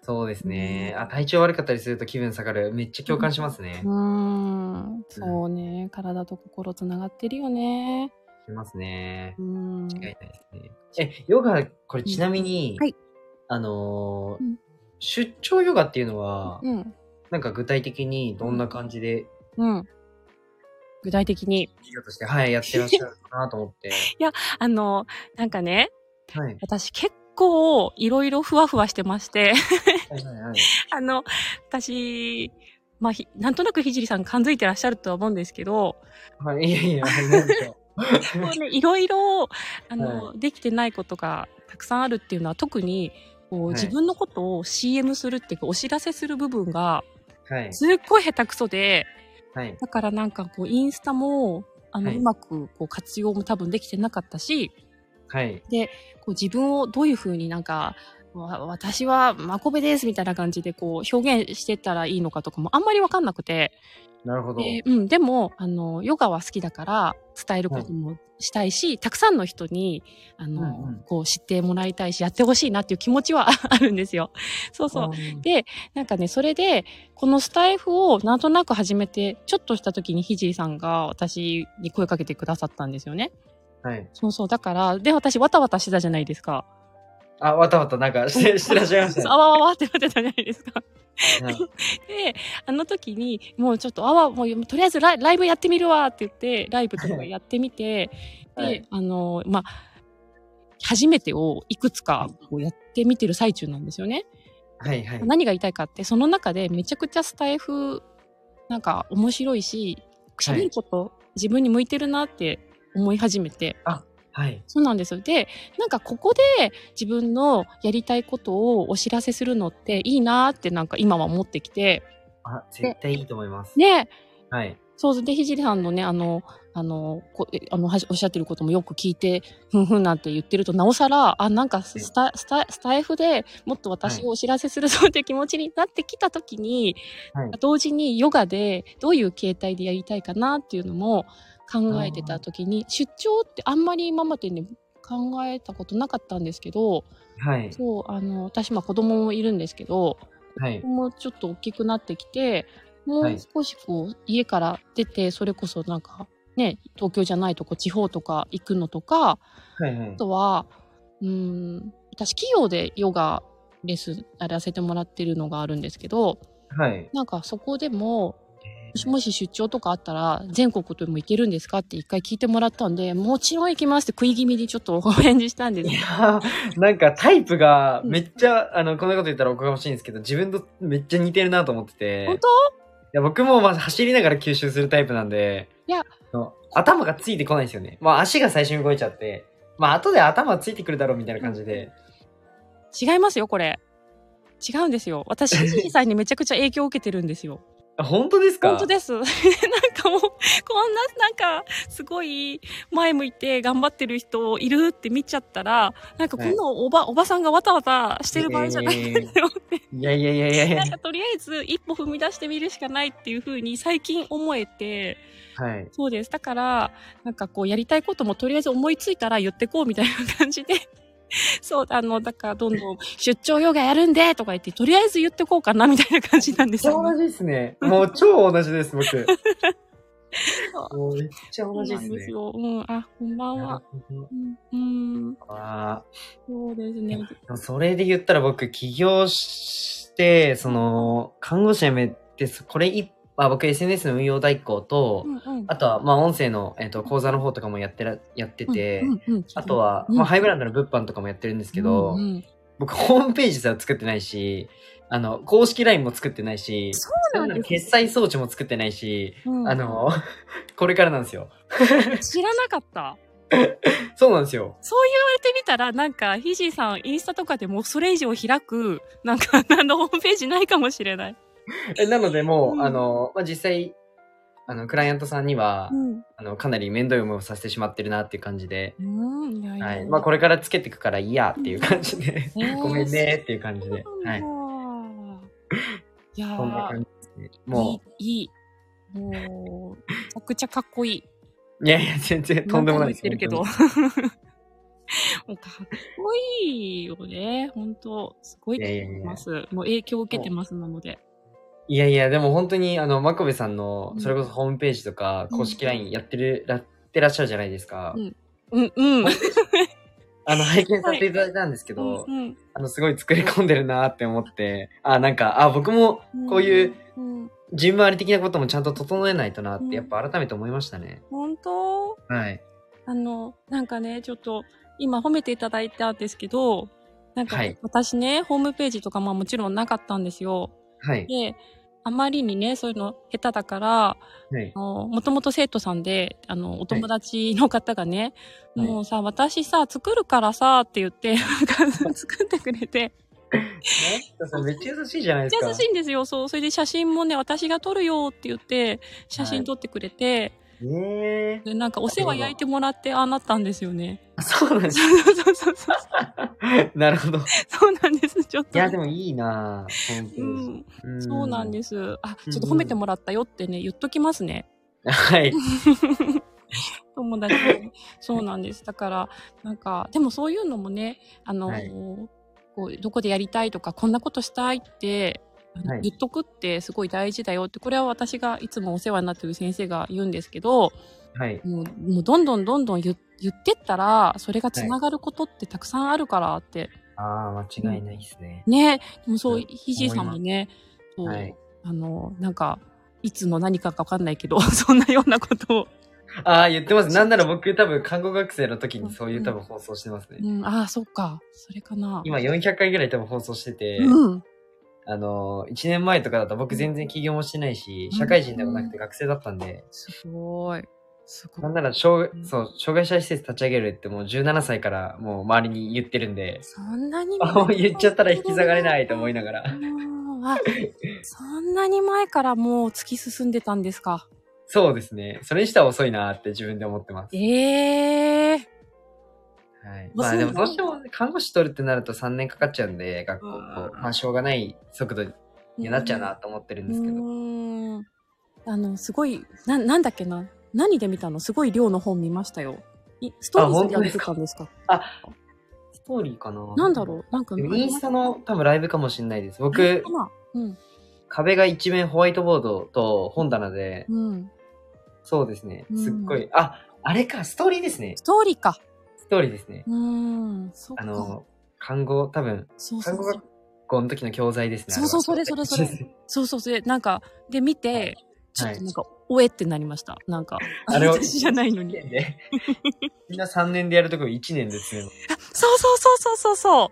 [SPEAKER 2] そうですね。
[SPEAKER 1] うん
[SPEAKER 2] あ、体調悪かったりすると気分下がる。めっちゃ共感しますね
[SPEAKER 1] う。ーん、そうね、体と心つながってるよね。
[SPEAKER 2] しますね
[SPEAKER 1] う。ん。
[SPEAKER 2] 間違いないですね。え、ヨガ、これちなみに、
[SPEAKER 1] うんはい
[SPEAKER 2] あのー
[SPEAKER 1] うん
[SPEAKER 2] 出張ヨガっていうのは、
[SPEAKER 1] うん。
[SPEAKER 2] なんか具体的にどんな感じで、
[SPEAKER 1] うん。具体的に、
[SPEAKER 2] 企業として、はい、やってらっしゃるのかなと思 って。
[SPEAKER 1] あの、なんかね、
[SPEAKER 2] はい。
[SPEAKER 1] 私結構いろいろふわふわしてまして、
[SPEAKER 2] はいはいはい。
[SPEAKER 1] あの、私、まあ、ひなんとなくひじりさん感づいてらっしゃるとは思うんですけど、
[SPEAKER 2] はい、いやいや、なんでしょう。
[SPEAKER 1] もうね、いろいろ、あの、できてないことがたくさんあるっていうのは特に、こう
[SPEAKER 2] はい
[SPEAKER 1] 自分のことを CM するっていうか、お知らせする部分が、
[SPEAKER 2] はい。
[SPEAKER 1] すっごい下手くそで、
[SPEAKER 2] はい。
[SPEAKER 1] だからなんかこう、インスタも、あの、
[SPEAKER 2] はいう
[SPEAKER 1] まくこう活用も多分できてなかったし、
[SPEAKER 2] はい。
[SPEAKER 1] こう自分をどういうふうになんか、わ私はマコベですみたいな感じでこう表現してたらいいのかとかもあんまりわかんなくて、
[SPEAKER 2] なるほど。
[SPEAKER 1] でうん、でも、あの、ヨガは好きだから伝えることもしたいし、たくさんの人に、あの、
[SPEAKER 2] うんうん
[SPEAKER 1] こう知ってもらいたいし、やってほしいなっていう気持ちは あるんですよ。そうそう。
[SPEAKER 2] う
[SPEAKER 1] でなんかね、それで、このスタイフをなんとなく始めて、ちょっとした時にひじりさんが私に声かけてくださったんですよね。
[SPEAKER 2] はい。
[SPEAKER 1] そうそう。だから、で、私、わたわたしてたじゃないですか。
[SPEAKER 2] あ、わたわたなんかして、してらっしゃいました
[SPEAKER 1] そう
[SPEAKER 2] ね
[SPEAKER 1] あわわわってなってたじゃないですか。
[SPEAKER 2] はい。
[SPEAKER 1] で、あの時に、もうちょっと、あわ、もう、とりあえずライライブやってみるわって言って、ライブとかやってみて、で、
[SPEAKER 2] はい
[SPEAKER 1] あの、まあ、初めてをいくつかこうやってみてる最中なんですよね。
[SPEAKER 2] はいはい。
[SPEAKER 1] 何が言いたいかって、その中でめちゃくちゃスタイフ、なんか面白いし、
[SPEAKER 2] はい
[SPEAKER 1] 喋ること、自分に向いてるなって思い始めて、
[SPEAKER 2] はい。
[SPEAKER 1] そうなんですよ。で、なんかここで自分のやりたいことをお知らせするのっていいなーってなんか今は思ってきて、
[SPEAKER 2] あ、絶対いいと思います。
[SPEAKER 1] ね、
[SPEAKER 2] はい。
[SPEAKER 1] そうで、ひじりさんのね、あの、あの、こあのはじおっしゃってることもよく聞いて、ふんふんなんて言ってると、なおさら、あ、なんかスタ、スタ、スタイフでもっと私をお知らせするぞっていう気持ちになってきたときに、
[SPEAKER 2] はい
[SPEAKER 1] 同時にヨガでどういう形態でやりたいかなっていうのも考えてたときに、出張ってあんまり今までね、考えたことなかったんですけど、
[SPEAKER 2] はい。
[SPEAKER 1] そう、あの、私、まあ子供もいるんですけど、
[SPEAKER 2] はい。
[SPEAKER 1] もうちょっと大きくなってきて、も
[SPEAKER 2] は
[SPEAKER 1] う
[SPEAKER 2] い
[SPEAKER 1] 少しこう、家から出て、それこそなんか、ね、東京じゃないとこ、地方とか行くのとか、
[SPEAKER 2] はい。はい
[SPEAKER 1] あ。とは、うーん、私、企業でヨガレッスンやらせてもらってるのがあるんですけど、
[SPEAKER 2] はい。
[SPEAKER 1] なんかそこでも、もしもし出張とかあったら、全国でも行けるんですかって一回聞いてもらったんで、もちろん行きますって食い気味にちょっとお返事したんです
[SPEAKER 2] い
[SPEAKER 1] けど
[SPEAKER 2] やーなんかタイプがめっちゃ、あの、こんなこと言ったらおこがましいんですけど、自分とめっちゃ似てるなと思ってて。
[SPEAKER 1] 本当
[SPEAKER 2] いや、僕もまあ走りながら吸収するタイプなんで、
[SPEAKER 1] いや
[SPEAKER 2] あの、頭がついてこないんですよね。まあ足が最初に動いちゃって、まあ後で頭ついてくるだろうみたいな感じで。
[SPEAKER 1] 違いますよ、これ。違うんですよ。 私、ひじりさんにめちゃくちゃ影響を受けてるんですよ。
[SPEAKER 2] あ本当ですか
[SPEAKER 1] 本当です。 なんかもう、こんな、なんか、すごい、前向いて頑張ってる人いるって見ちゃったら、なんかこんなおば、おばさんがわたわたしてる場合じゃないんですよって。
[SPEAKER 2] いやいやいやいやいや
[SPEAKER 1] なん。かとりあえず、一歩踏み出してみるしかないっていうふうに最近思えて、
[SPEAKER 2] はい。
[SPEAKER 1] そうです。だから、なんかこう、やりたいこともとりあえず思いついたら言ってこうみたいな感じで。 そう、あの、だからどんどん、出張ヨガやるんでとか言って、とりあえず言ってこうかなみたいな感じなんですよね、
[SPEAKER 2] 同じですね。もう超同じです、僕。
[SPEAKER 1] う
[SPEAKER 2] もうめっちゃ
[SPEAKER 1] そ
[SPEAKER 2] 同
[SPEAKER 1] う
[SPEAKER 2] じ
[SPEAKER 1] な
[SPEAKER 2] で
[SPEAKER 1] ん
[SPEAKER 2] す
[SPEAKER 1] です
[SPEAKER 2] ね。
[SPEAKER 1] よ。うん、あ、こんばん
[SPEAKER 2] な
[SPEAKER 1] は
[SPEAKER 2] る。ほど
[SPEAKER 1] うん、うん、
[SPEAKER 2] あ
[SPEAKER 1] そうですね。
[SPEAKER 2] ーでもそれで言ったら僕、起業して、その、看護師辞めて、そこれ一、まあ僕 SNS の運用代行と
[SPEAKER 1] う、ん、うん。
[SPEAKER 2] あとは、まあ音声の、えっと、講座の方とかもやってら、やってて、
[SPEAKER 1] うんうんうん
[SPEAKER 2] あとは、
[SPEAKER 1] うん
[SPEAKER 2] まあハイブランドの物販とかもやってるんですけど、
[SPEAKER 1] うんうん
[SPEAKER 2] 僕ホームページさえ作ってないし、あの、公式 LINE も作ってないし、
[SPEAKER 1] そうなんですよ
[SPEAKER 2] 決済装置も作ってないし、
[SPEAKER 1] うん
[SPEAKER 2] あの、 これからなんですよ。
[SPEAKER 1] 知らなかった。
[SPEAKER 2] そうなんですよ。
[SPEAKER 1] そう言われてみたら、なんか、ひじいさん、インスタとかでもそれ以上開く、なんか、 何のホームページないかもしれない。
[SPEAKER 2] えなのでもう、
[SPEAKER 1] うん
[SPEAKER 2] あの、まあ、実際、あの、クライアントさんには、
[SPEAKER 1] うん。
[SPEAKER 2] あの、かなり面倒い思いをさせてしまってるなっていう感じで、
[SPEAKER 1] うん、いやいや
[SPEAKER 2] はいい。
[SPEAKER 1] や
[SPEAKER 2] まあ、これからつけていくからいいやっていう感じで、
[SPEAKER 1] うん
[SPEAKER 2] ごめんねっていう感じで、はい。
[SPEAKER 1] いや
[SPEAKER 2] こんな
[SPEAKER 1] ー
[SPEAKER 2] 感じですね。も
[SPEAKER 1] いい、いい。もう、めちゃくちゃかっこいい。
[SPEAKER 2] う、いやいや、全然とんでもないです。
[SPEAKER 1] 何回も言
[SPEAKER 2] 本
[SPEAKER 1] ってるけど。もうかっこいいよね。本当すごいと思います。もう影響を受けてますなので。
[SPEAKER 2] 当にいやいや、でも本当に、あの、真壁さんの
[SPEAKER 1] う、ん
[SPEAKER 2] それこそホームページとか、
[SPEAKER 1] うん
[SPEAKER 2] 公式 LINE やってる、やってらっしゃるじゃないですか。
[SPEAKER 1] うんうん、うん。
[SPEAKER 2] あの、拝見させていただいたんですけど、
[SPEAKER 1] うん
[SPEAKER 2] あの、すごい作り込んでるなって思って、あ、なんか、あ、僕も
[SPEAKER 1] ん
[SPEAKER 2] こういう、
[SPEAKER 1] うん、
[SPEAKER 2] 順回り的なこともちゃんと整えないとなっ
[SPEAKER 1] うん
[SPEAKER 2] て、やっぱ改めて思いましたね。
[SPEAKER 1] 本当
[SPEAKER 2] はい。
[SPEAKER 1] あの、なんかね、ちょっと、今褒めていただいたんですけど、なんか
[SPEAKER 2] はい
[SPEAKER 1] 私ね、ホームページとかまあもちろんなかったんですよ。
[SPEAKER 2] はい。
[SPEAKER 1] で、あまりにね、そういうの下手だから、
[SPEAKER 2] はい。
[SPEAKER 1] あのもともと生徒さんで、あの、お友達の方がね、
[SPEAKER 2] はい
[SPEAKER 1] もうさ、私さ、作るからさ、って言って、なんか 作ってくれて、
[SPEAKER 2] ねめっちゃ優しいじゃない
[SPEAKER 1] めっ
[SPEAKER 2] で
[SPEAKER 1] ち
[SPEAKER 2] す
[SPEAKER 1] ゃ
[SPEAKER 2] か。
[SPEAKER 1] 優しいんですよ。そう、それで写真もね、私が撮るよって言って、写真撮ってくれて、
[SPEAKER 2] ねえ
[SPEAKER 1] でなんかお世話焼いてもらって、ああなったんですよね。
[SPEAKER 2] そうなんです。
[SPEAKER 1] そうそうそうそう。
[SPEAKER 2] なるほど。い
[SPEAKER 1] そうなんです、ちょっと。
[SPEAKER 2] や、でもいいなぁ本当
[SPEAKER 1] う
[SPEAKER 2] に。
[SPEAKER 1] ん、そうなんですす。あ、ちょっと褒めてもらったよってね、言っときますね。
[SPEAKER 2] はい。
[SPEAKER 1] 友達にそうなんです。だから、なんか、でもそういうのもね、あの、
[SPEAKER 2] はい
[SPEAKER 1] こう、どこでやりたいとか、こんなことしたいって、あの
[SPEAKER 2] はい
[SPEAKER 1] 言っとくってすごい大事だよって、これは私がいつもお世話になってる先生が言うんですけど、
[SPEAKER 2] はい。
[SPEAKER 1] もう、もうどんどんどんどん言言ってったら、それが繋がることってたくさんあるからって
[SPEAKER 2] ああ、間違いないですね。
[SPEAKER 1] ね、でもそうう、
[SPEAKER 2] ん
[SPEAKER 1] ひじいさんもね、そう、
[SPEAKER 2] はい
[SPEAKER 1] あの、なんか、いつの何かかわかんないけど、 そんなようなことを、
[SPEAKER 2] ああ、言ってます。なんなら僕多分看護学生の時にそういう多分放送してますね。
[SPEAKER 1] うん、ああ、そっか、それかな。
[SPEAKER 2] 今400回ぐらい多分放送してて、
[SPEAKER 1] うん、
[SPEAKER 2] あの、1年前とかだと僕全然起業もしてないし、
[SPEAKER 1] うん
[SPEAKER 2] 社会人でもなくて学生だったんで、
[SPEAKER 1] すごい。すご
[SPEAKER 2] ないん。なら障
[SPEAKER 1] うん
[SPEAKER 2] そう障害者施設立ち上げるってもう17歳からもう周りに言ってるんで、
[SPEAKER 1] そんなに
[SPEAKER 2] あもう言っちゃったら引き下がれないと思い
[SPEAKER 1] な
[SPEAKER 2] ながら。
[SPEAKER 1] あ、そんなに前からもう突き進んでたんですか。
[SPEAKER 2] そうですね。それにしたら遅いなーって自分で思ってます。
[SPEAKER 1] ええ
[SPEAKER 2] はい、
[SPEAKER 1] ま
[SPEAKER 2] ま
[SPEAKER 1] あ
[SPEAKER 2] あでも
[SPEAKER 1] そう
[SPEAKER 2] どう
[SPEAKER 1] だね
[SPEAKER 2] しても看護師取るってなると3年かかっちゃうんで、学校と
[SPEAKER 1] うん
[SPEAKER 2] まあしょうがない速度になっちゃうなと思ってるんですけど。
[SPEAKER 1] うーんあの、すごい、な、なんだっけな。何で見たのすごい量の本見ましたよ。いストーリーズでやってたんですか
[SPEAKER 2] ストーリーかな
[SPEAKER 1] なんだろうなんか、
[SPEAKER 2] でもインスタの多分ライブかもしれないです。
[SPEAKER 1] あれ
[SPEAKER 2] 僕
[SPEAKER 1] か、なうん。
[SPEAKER 2] 壁が一面ホワイトボードと本棚で、
[SPEAKER 1] うん。
[SPEAKER 2] そうですね
[SPEAKER 1] うん。
[SPEAKER 2] すっごい。あ、あれか、ストーリーですね。
[SPEAKER 1] ストーリーか。
[SPEAKER 2] ストーリーですね。
[SPEAKER 1] うーん。そっか。
[SPEAKER 2] あの、看護、多分、
[SPEAKER 1] そうそ
[SPEAKER 2] 看
[SPEAKER 1] う
[SPEAKER 2] 護
[SPEAKER 1] そう
[SPEAKER 2] 学。校の時の教材ですね。
[SPEAKER 1] そうそうそれそれそれ
[SPEAKER 2] あは
[SPEAKER 1] そうそうそう。なんか、で見て、
[SPEAKER 2] はい
[SPEAKER 1] ちょっとなんか、おえってなりました。なんか、
[SPEAKER 2] あれを
[SPEAKER 1] 私じゃないのに。
[SPEAKER 2] 一年でみんな3年でやるところ1年で詰めます
[SPEAKER 1] そうそうそうそうそう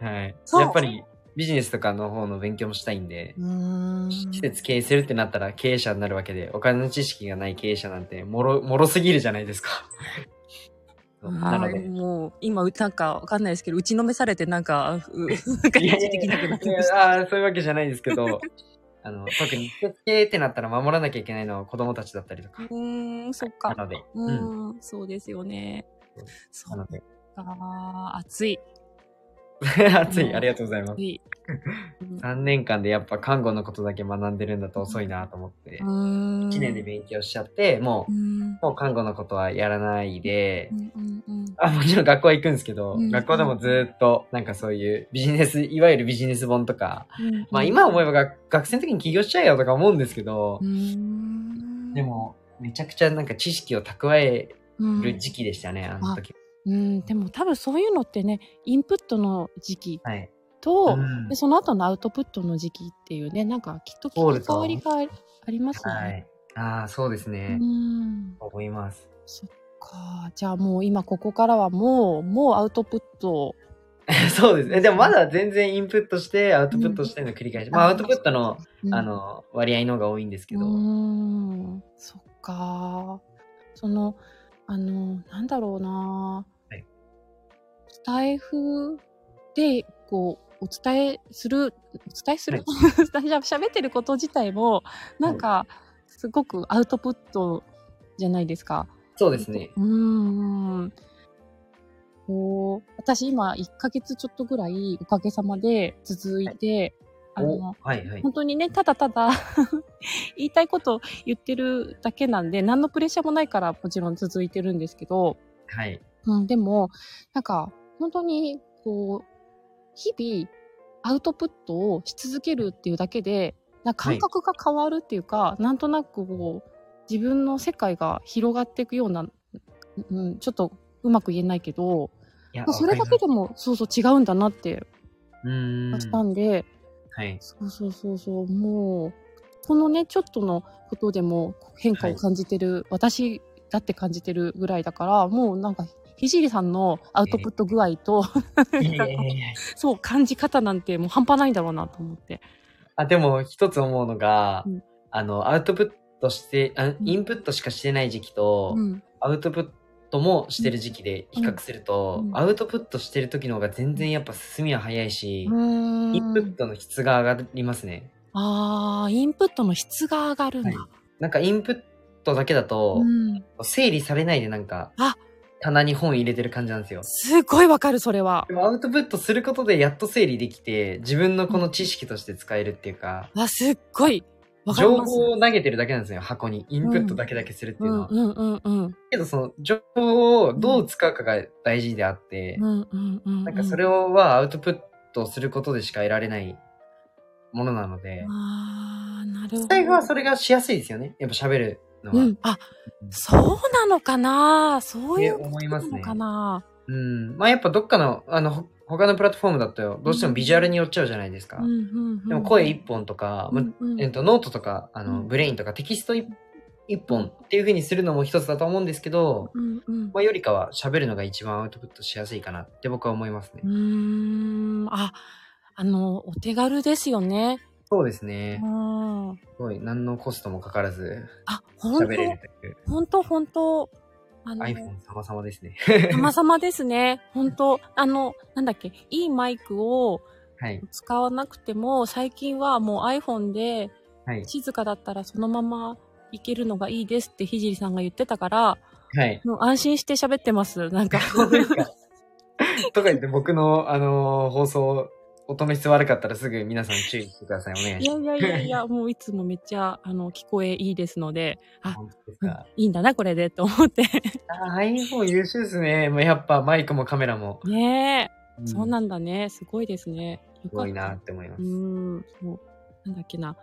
[SPEAKER 1] そ
[SPEAKER 2] はい。
[SPEAKER 1] そう
[SPEAKER 2] やっぱりビジネスとかの方の勉強もしたいんで
[SPEAKER 1] う。、うーん。
[SPEAKER 2] 施設経営するってなったら経営者になるわけで、お金の知識がない経営者なんて、もろ、もろすぎるじゃないですか。そうな
[SPEAKER 1] は
[SPEAKER 2] の
[SPEAKER 1] い、
[SPEAKER 2] で。
[SPEAKER 1] もう、今、なんか、わかんないですけど、打ちのめされて、なんか、う、なんか、
[SPEAKER 2] いやいや
[SPEAKER 1] できなくなって
[SPEAKER 2] いや
[SPEAKER 1] ま した。
[SPEAKER 2] あーそういうわけじゃないですけど、 あの、特に施設経営ってなったら守らなきゃいけないのは子供たちだったりと
[SPEAKER 1] う
[SPEAKER 2] か。
[SPEAKER 1] ーん、そっか。
[SPEAKER 2] なので、
[SPEAKER 1] う
[SPEAKER 2] うん。
[SPEAKER 1] ーん、そうですよね。そ
[SPEAKER 2] な
[SPEAKER 1] っ
[SPEAKER 2] ので、
[SPEAKER 1] か、暑い、
[SPEAKER 2] 熱い、ありがとうございます
[SPEAKER 1] 暑。い。うん
[SPEAKER 2] 3年間でやっぱ看護のことだけ学んでるんだと遅いなと思って、
[SPEAKER 1] うーん。
[SPEAKER 2] 1年で勉強しちゃって、も
[SPEAKER 1] う
[SPEAKER 2] う、
[SPEAKER 1] ん。
[SPEAKER 2] もう看護のことはやらないで
[SPEAKER 1] う、んうんうん。
[SPEAKER 2] あ、もちろん学校は行くんですけど、
[SPEAKER 1] うん
[SPEAKER 2] 学校でもずっと、なんかそういうビジネス、いわゆるビジネス本とか、まあ今思えばが学生の時に起業しちゃえよとか思うんですけど
[SPEAKER 1] う、ん。
[SPEAKER 2] でも、めちゃくちゃなんか知識を蓄え
[SPEAKER 1] うん、
[SPEAKER 2] る時期でしたね、あの時。
[SPEAKER 1] うん、でも多分そういうのってね、インプットの時期
[SPEAKER 2] はい。
[SPEAKER 1] と、
[SPEAKER 2] うん
[SPEAKER 1] でその後のアウトプットの時期っていうね、なんかきっと
[SPEAKER 2] そう
[SPEAKER 1] 切
[SPEAKER 2] で
[SPEAKER 1] り
[SPEAKER 2] すよ
[SPEAKER 1] 替わりがありますよね。
[SPEAKER 2] はい。ああ、そうですね。
[SPEAKER 1] うん。
[SPEAKER 2] 思います。
[SPEAKER 1] そっか。じゃあもう今ここからはもう、もうアウトプットを。
[SPEAKER 2] そうですね。でもまだ全然インプットして、アウトプットしての繰り返し。まあアウトプットの、
[SPEAKER 1] うん
[SPEAKER 2] あ、の、割合の方が多いんですけど。
[SPEAKER 1] うん。そっか。その、あの、なんだろうな。
[SPEAKER 2] はい
[SPEAKER 1] スタイフで、こう、お伝えする、お伝えする、 大丈夫喋ってること自体も、なんか、すごくアウトプットじゃないですか。
[SPEAKER 2] そうですね。
[SPEAKER 1] うーん。こう、私今1ヶ月ちょっとぐらいおかげさまで続いて、あ
[SPEAKER 2] お
[SPEAKER 1] の、
[SPEAKER 2] はいはい。
[SPEAKER 1] 本当にね、ただただ 言いたいことを言ってるだけなんで、何のプレッシャーもないからもちろん続いてるんですけど、
[SPEAKER 2] はい。
[SPEAKER 1] うん、でも、なんか、本当に、こう、日々、アウトプットをし続けるっていうだけで、なんか感覚が変わるっていうか、なんとなくこう、自分の世界が広がっていくような、うん、ちょっとうまく言えないけど、
[SPEAKER 2] いや
[SPEAKER 1] まあそれだけ
[SPEAKER 2] わか
[SPEAKER 1] でも、そうそう違うんだなって、
[SPEAKER 2] りますうーん。
[SPEAKER 1] したんで、
[SPEAKER 2] はい。
[SPEAKER 1] そうそうそうそう、もう、このね、ちょっとのことでも変化を感じてる、私だって感じてるぐらいだから、もうなんか、ひじりさんのアウトプット具合と、
[SPEAKER 2] いやいやいやい や
[SPEAKER 1] そう、感じ方なんてもう半端ないんだろうなと思って。
[SPEAKER 2] あ、でも一つ思うのが、
[SPEAKER 1] うん
[SPEAKER 2] あの、アウトプットして、あ
[SPEAKER 1] ん
[SPEAKER 2] インプットしかしてない時期と、
[SPEAKER 1] うん。
[SPEAKER 2] アウトプットもしてる時期で比較すると、
[SPEAKER 1] うん
[SPEAKER 2] アウトプットしてる時の方が全然やっぱ進みは早いし、インプッ
[SPEAKER 1] ん。
[SPEAKER 2] トの質が上がりますね。
[SPEAKER 1] ああ、インプットの質が上がるんだ。
[SPEAKER 2] はいなんかインプットだけだと
[SPEAKER 1] う、ん。
[SPEAKER 2] 整理されないでなんか
[SPEAKER 1] あ、
[SPEAKER 2] 棚に本入れてる感じなんですよ。
[SPEAKER 1] すごいわかる、それは
[SPEAKER 2] で。もアウトプットすることでやっと整理できて、自分のこの知識として使えるっていうか、
[SPEAKER 1] あ、すっごい。わかり
[SPEAKER 2] 情
[SPEAKER 1] ます。
[SPEAKER 2] 報を投げてるだけなんですよ、箱に。インプットだけだけするっていううの
[SPEAKER 1] ん
[SPEAKER 2] は。
[SPEAKER 1] うんうんうん。
[SPEAKER 2] けどその情報をどう使うかが大事であって、
[SPEAKER 1] うんうんうん。
[SPEAKER 2] なんかそれをはアウトプットすることでしか得られないものなので、
[SPEAKER 1] ああ、なるほど。
[SPEAKER 2] 最後はそれがしやすいですよね。やっぱ喋るのは。
[SPEAKER 1] うん。あ、そうなのかなそういうこと
[SPEAKER 2] ね思います
[SPEAKER 1] な
[SPEAKER 2] ね
[SPEAKER 1] のかな
[SPEAKER 2] ううん。まあやっぱどっかの、あの、ほ他のプラットフォームだとどうしてもビジュアルに寄っちゃうじゃないですか。
[SPEAKER 1] うんうんうん
[SPEAKER 2] でも声一本とか、まあ
[SPEAKER 1] うんうん
[SPEAKER 2] えっと、ノートとか、あの、
[SPEAKER 1] うん
[SPEAKER 2] ブレインとかテキスト一一本っていう風にするのも一つだと思うんですけど、
[SPEAKER 1] うんうん
[SPEAKER 2] まあ、よりかは喋るのが一番アウトプットしやすいかなって僕は思いますね。
[SPEAKER 1] うーんああのお手軽ですよね。
[SPEAKER 2] そうです
[SPEAKER 1] う
[SPEAKER 2] ね。
[SPEAKER 1] ん、あ
[SPEAKER 2] すごい、何のコストもかからず
[SPEAKER 1] 本
[SPEAKER 2] 喋れるという。
[SPEAKER 1] 当本当本当あの
[SPEAKER 2] iPhone 様々ですね。
[SPEAKER 1] 様々ですね。本当あのなんだっけいいマイクを
[SPEAKER 2] はい。
[SPEAKER 1] 使わなくても最近はもう iPhone で
[SPEAKER 2] はい。
[SPEAKER 1] 静かだったらそのままいけるのがいいですってひじりさんが言ってたから
[SPEAKER 2] はい。
[SPEAKER 1] もう安心して喋ってます。なん か
[SPEAKER 2] とか言って僕の、あのー放送、音の質悪かったらすぐ皆さん注意してください。お願い
[SPEAKER 1] い
[SPEAKER 2] し
[SPEAKER 1] や
[SPEAKER 2] ます。
[SPEAKER 1] いやいやいやもういつもめっちゃあの聞こえいいですのでや
[SPEAKER 2] 本当です
[SPEAKER 1] うん
[SPEAKER 2] か。
[SPEAKER 1] いいんだなこれでと思って。
[SPEAKER 2] あー iPhone 優秀ですね。まあやっぱマイクもカメラも。
[SPEAKER 1] ね
[SPEAKER 2] う
[SPEAKER 1] え、そうなんだね。すごいですね。よ
[SPEAKER 2] す
[SPEAKER 1] か
[SPEAKER 2] ご
[SPEAKER 1] っ
[SPEAKER 2] いな
[SPEAKER 1] た
[SPEAKER 2] っ。て思いま
[SPEAKER 1] う
[SPEAKER 2] す。
[SPEAKER 1] ん、そう。なんだっけな。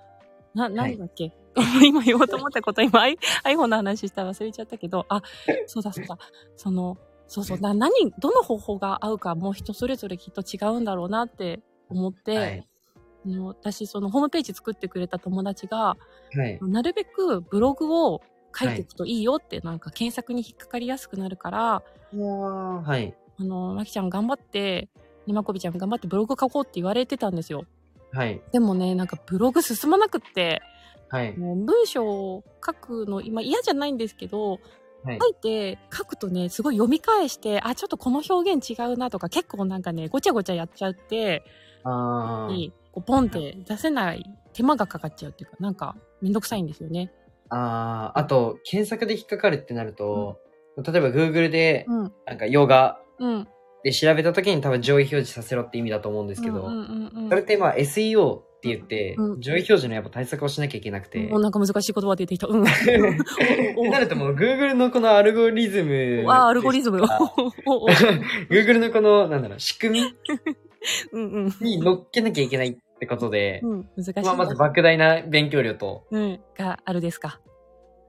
[SPEAKER 1] な、ないんだっけ、 今言おうと思ったこと、今、アイ iPhone の話したら忘れちゃったけど、あ、そうだそうだ。その、そうそう。な、何、どの方法が合うか、もう人それぞれきっと違うんだろうなって思って、
[SPEAKER 2] はい。
[SPEAKER 1] あの私、そのホームページ作ってくれた友達が、
[SPEAKER 2] はい。
[SPEAKER 1] なるべくブログを書いていくといいよって、なんか検索に引っかかりやすくなるから、
[SPEAKER 2] はい。
[SPEAKER 1] あの、まきちゃん頑張って、ねまこびちゃん頑張ってブログ書こうって言われてたんですよ。
[SPEAKER 2] はい。
[SPEAKER 1] でもね、なんかブログ進まなくって、
[SPEAKER 2] はい。
[SPEAKER 1] もう文章を書くの今嫌じゃないんですけど、
[SPEAKER 2] はい
[SPEAKER 1] 書いて書くとね、すごい読み返して、あ、ちょっとこの表現違うなとか結構なんかね、ごちゃごちゃやっちゃって、
[SPEAKER 2] あー
[SPEAKER 1] こうポンって出せない手間がかかっちゃうっていうか、なんかめんどくさいんですよね。
[SPEAKER 2] あーあと、検索で引っかかるってなると、例えば Google で、
[SPEAKER 1] うん。
[SPEAKER 2] なんかヨガ
[SPEAKER 1] うん。
[SPEAKER 2] で調べた時に多分上位表示させろって意味だと思うんですけど、
[SPEAKER 1] うんうんうんうん
[SPEAKER 2] それってまあ SEO って言って、
[SPEAKER 1] うん
[SPEAKER 2] 上位表示のやっぱ対策をしなきゃいけなくて、
[SPEAKER 1] もうなんか難しい言葉出てきた。 うん。おお
[SPEAKER 2] ってなるともう Google のこのアルゴリズム。
[SPEAKER 1] わあ、アルゴリズム。おおお
[SPEAKER 2] Google のこの、なんだろう、仕組み
[SPEAKER 1] うんうん。
[SPEAKER 2] に乗っけなきゃいけないってことで、
[SPEAKER 1] うん、難しいな。
[SPEAKER 2] まあ、まず莫大な勉強量と、
[SPEAKER 1] うん、があるですか。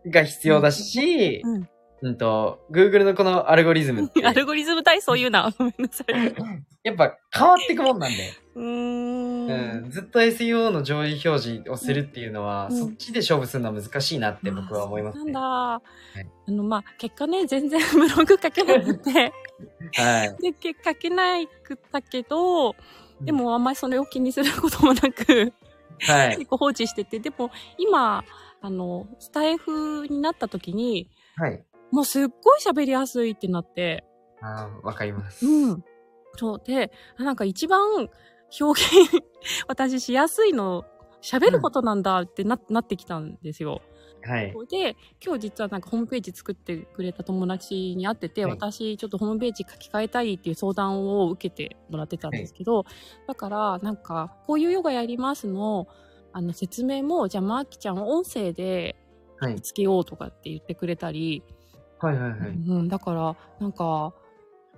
[SPEAKER 2] が必要だし、
[SPEAKER 1] うん。
[SPEAKER 2] うんと、Google のこのアルゴリズムって、
[SPEAKER 1] アルゴリズム体操言うな。ごめんなさい。
[SPEAKER 2] やっぱ変わってくもんなんで、
[SPEAKER 1] うー。
[SPEAKER 2] うんん、ずっと SEO の上位表示をするっていうのは、
[SPEAKER 1] うん
[SPEAKER 2] そっちで勝負するのは難しいなって僕は思いますね。
[SPEAKER 1] なんだ。
[SPEAKER 2] は
[SPEAKER 1] あの、まあ、結果ね、全然ブログ書けなく て、
[SPEAKER 2] い。
[SPEAKER 1] で、け書けないくったけど、
[SPEAKER 2] ん
[SPEAKER 1] でもあんまりそれを気にすることもなく、
[SPEAKER 2] はい。
[SPEAKER 1] 結構放置してて、でも今、あの、スタイフになった時に、
[SPEAKER 2] はい。
[SPEAKER 1] もうすっごい喋りやすいってなって、
[SPEAKER 2] あーわかります。
[SPEAKER 1] うん。そう。で、あなんか一番表現、私しやすいの、喋ることなんだってな,、なってきたんですよ。
[SPEAKER 2] はい。
[SPEAKER 1] で、今日実はなんかホームページ作ってくれた友達に会ってて、
[SPEAKER 2] はい
[SPEAKER 1] 私ちょっとホームページ書き換えたいっていう相談を受けてもらってたんですけど、だからなんか、こういうヨガやりますの、あの説明も、じゃあマーキちゃんを音声で
[SPEAKER 2] はい。
[SPEAKER 1] つけようとかって言ってくれたり、
[SPEAKER 2] はいはいはい。
[SPEAKER 1] うん、だから、なんか、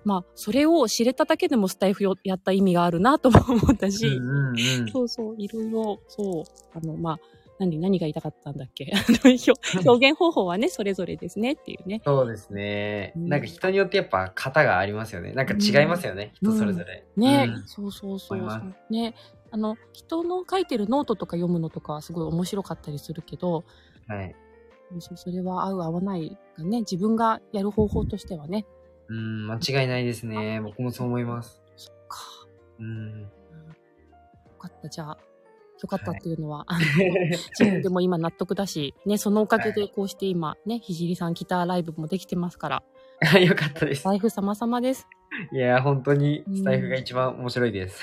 [SPEAKER 1] まあ、それを知れただけでもスタイフよやった意味があるなとも思ったし、
[SPEAKER 2] うんうんうん。
[SPEAKER 1] そうそう、いろいろ、そう、あの、まあ、何、何が言いたかったんだっけ あの表表現方法はね、それぞれですねっていうね。
[SPEAKER 2] そうですね。
[SPEAKER 1] うん
[SPEAKER 2] なんか人によってやっぱ型がありますよね。なんか違いますよね。
[SPEAKER 1] うん
[SPEAKER 2] 人それぞれ。
[SPEAKER 1] ね、
[SPEAKER 2] うん
[SPEAKER 1] そうそうそう
[SPEAKER 2] 思い
[SPEAKER 1] そ
[SPEAKER 2] ま
[SPEAKER 1] う。ね、あの、人の書いてるノートとか読むのとかはすごい面白かったりするけど、
[SPEAKER 2] はい。
[SPEAKER 1] そうそれは合う合わないがね、自分がやる方法としてはね。
[SPEAKER 2] うん、間違いないですね。僕もそう思います。
[SPEAKER 1] そっか。
[SPEAKER 2] うん。
[SPEAKER 1] よかった、じゃあ。よかったっていうの は、あの自分でも今納得だし、ね、そのおかげでこうして今、ね、ひじりさんギターライブもできてますから、
[SPEAKER 2] よかったです。
[SPEAKER 1] ライフ様々です。
[SPEAKER 2] いやー、本当にスタイフが一番面白い です。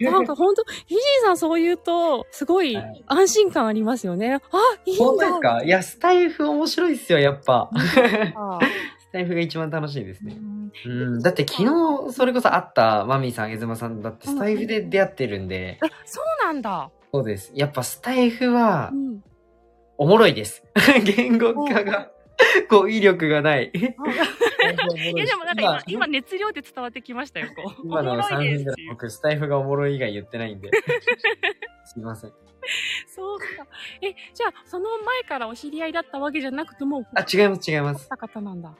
[SPEAKER 1] なんか本当、ひじりさんそう言うと、すごい
[SPEAKER 2] はい
[SPEAKER 1] 安心感ありますよね。あ、いいんだ
[SPEAKER 2] 本当ですかいや、スタイフ面白いっすよ、やっぱ。
[SPEAKER 1] あ
[SPEAKER 2] スタイフが一番楽しいですね。
[SPEAKER 1] ー
[SPEAKER 2] うん。だって昨日、それこそ会ったマミーさん、エズマさんだってスタイフで出会ってるんで、
[SPEAKER 1] あそうなんだ。
[SPEAKER 2] そうです。やっぱスタイフは
[SPEAKER 1] う、ん。
[SPEAKER 2] おもろいです。 言語化が、語彙力がない。
[SPEAKER 1] いやでもなんか今、今 熱量で伝わってきましたよ、こう。
[SPEAKER 2] 今の
[SPEAKER 1] おも
[SPEAKER 2] 3
[SPEAKER 1] ろいですっ
[SPEAKER 2] 分ぐら
[SPEAKER 1] て
[SPEAKER 2] い
[SPEAKER 1] いう
[SPEAKER 2] 僕、スタイフがおもろい以外言ってない んで。すいません。
[SPEAKER 1] そうか。え、じゃあ、その前からお知り合いだったわけじゃなくても、
[SPEAKER 2] あ、違います、違います。
[SPEAKER 1] た方なんだ。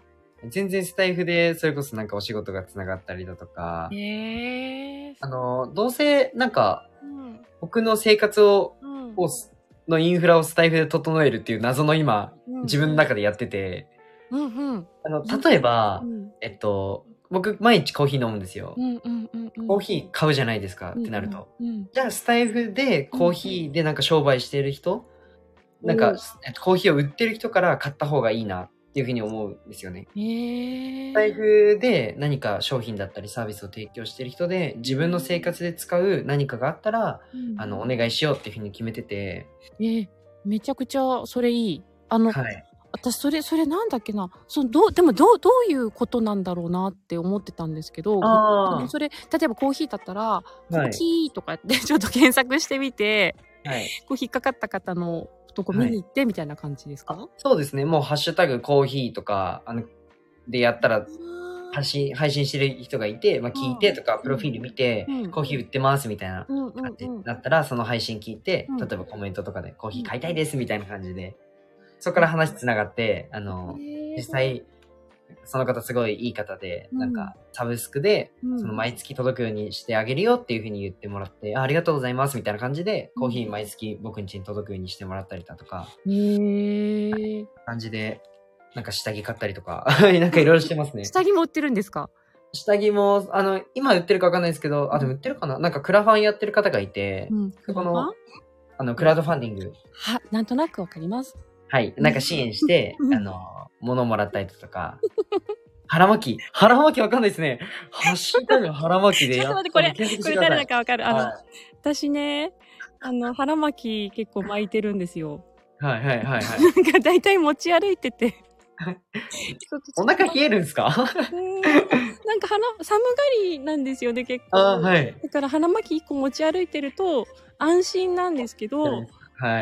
[SPEAKER 2] 全然スタイフで、それこそなんかお仕事がつながったりだとか、
[SPEAKER 1] ええ
[SPEAKER 2] あの、どうせなんか
[SPEAKER 1] うん。
[SPEAKER 2] 僕の生活を、
[SPEAKER 1] うん
[SPEAKER 2] をすのインフラをスタイフで整えるっていう謎の今、
[SPEAKER 1] うん
[SPEAKER 2] 自分の中でやってて、
[SPEAKER 1] うんうん。
[SPEAKER 2] あの、例えば
[SPEAKER 1] う、ん
[SPEAKER 2] えっと、僕毎日コーヒー飲むんですよ
[SPEAKER 1] う。んうんうんうん。
[SPEAKER 2] コーヒー買うじゃないですかってなると。。
[SPEAKER 1] うん。
[SPEAKER 2] じゃあスタイフでコーヒーでなんか商売してる人、なんかコーヒーを売ってる人から買った方がいいなっていうふうに思うんですよね。
[SPEAKER 1] ええ
[SPEAKER 2] スタイフで何か商品だったりサービスを提供してる人で自分の生活で使う何かがあったら、あの、お願いしようっていうふうに決めてて、
[SPEAKER 1] ええめちゃくちゃそれいい。あの、
[SPEAKER 2] はい。
[SPEAKER 1] 私それそれなんだっけな。そのどうでもどうどういうことなんだろうなって思ってたんですけど。
[SPEAKER 2] あ
[SPEAKER 1] それ例えばコーヒーだったら「コ
[SPEAKER 2] はい
[SPEAKER 1] ーヒー」とかやって ちょっと検索してみて、
[SPEAKER 2] あ、はい。
[SPEAKER 1] こう引っかかった方のとこ見に行ってみたいな感じですか、
[SPEAKER 2] そうですね。もうハッシュタグコーヒーとか、あの、でやったら
[SPEAKER 1] あ
[SPEAKER 2] 配信、配信してる人がいて、まあ聞いてとか、
[SPEAKER 1] ん
[SPEAKER 2] プロフィール見て
[SPEAKER 1] うん、
[SPEAKER 2] コーヒー売ってますみたいな
[SPEAKER 1] うんうん
[SPEAKER 2] 感じ
[SPEAKER 1] うん
[SPEAKER 2] になったら、その配信聞いて
[SPEAKER 1] うん、
[SPEAKER 2] 例えばコメントとかでコーヒー買いたいですみたいな感じで、そこから話つながって、あの、実際、その方すごいいい方で、
[SPEAKER 1] うん
[SPEAKER 2] なんか、サブスクで、
[SPEAKER 1] そ
[SPEAKER 2] その毎月届くようにしてあげるよっていうふうに言ってもらって、あありがとうございますみたいな感じで、コーヒー毎月僕ん家に届くようにしてもらったりだとか、
[SPEAKER 1] へー
[SPEAKER 2] 感じで、なんか下着買ったり とか、なんかいろいろしてますね。
[SPEAKER 1] 下着も売ってるんですか
[SPEAKER 2] 下着も、あの、今売ってるかわかんないですけど、あ、でも売ってるかななんかクラファンやってる方がいて、
[SPEAKER 1] ん
[SPEAKER 2] そこの、あの、クラウドファンディング、
[SPEAKER 1] はなんとなくわかります
[SPEAKER 2] はい、なんか支援して
[SPEAKER 1] う、ん
[SPEAKER 2] あの、物もらったりだとか、 腹巻き、腹巻きわかんないですね。ハッシュタグ腹巻きで
[SPEAKER 1] ちょっ
[SPEAKER 2] や
[SPEAKER 1] と待って
[SPEAKER 2] た
[SPEAKER 1] こ
[SPEAKER 2] ら
[SPEAKER 1] れ
[SPEAKER 2] 検索し
[SPEAKER 1] これ
[SPEAKER 2] てく
[SPEAKER 1] 誰
[SPEAKER 2] ださ
[SPEAKER 1] だ
[SPEAKER 2] い。
[SPEAKER 1] かわかるあの、
[SPEAKER 2] は
[SPEAKER 1] 私ねあ の腹巻き結構巻いてるんですよ
[SPEAKER 2] いはいはいはいはい。
[SPEAKER 1] なんか大体持ち歩いてて
[SPEAKER 2] お腹冷えるんですか
[SPEAKER 1] うんなんか腹寒がりなんですよね結構
[SPEAKER 2] あーはい。
[SPEAKER 1] だから花巻1個持ち歩いてると安心なんですけど、
[SPEAKER 2] は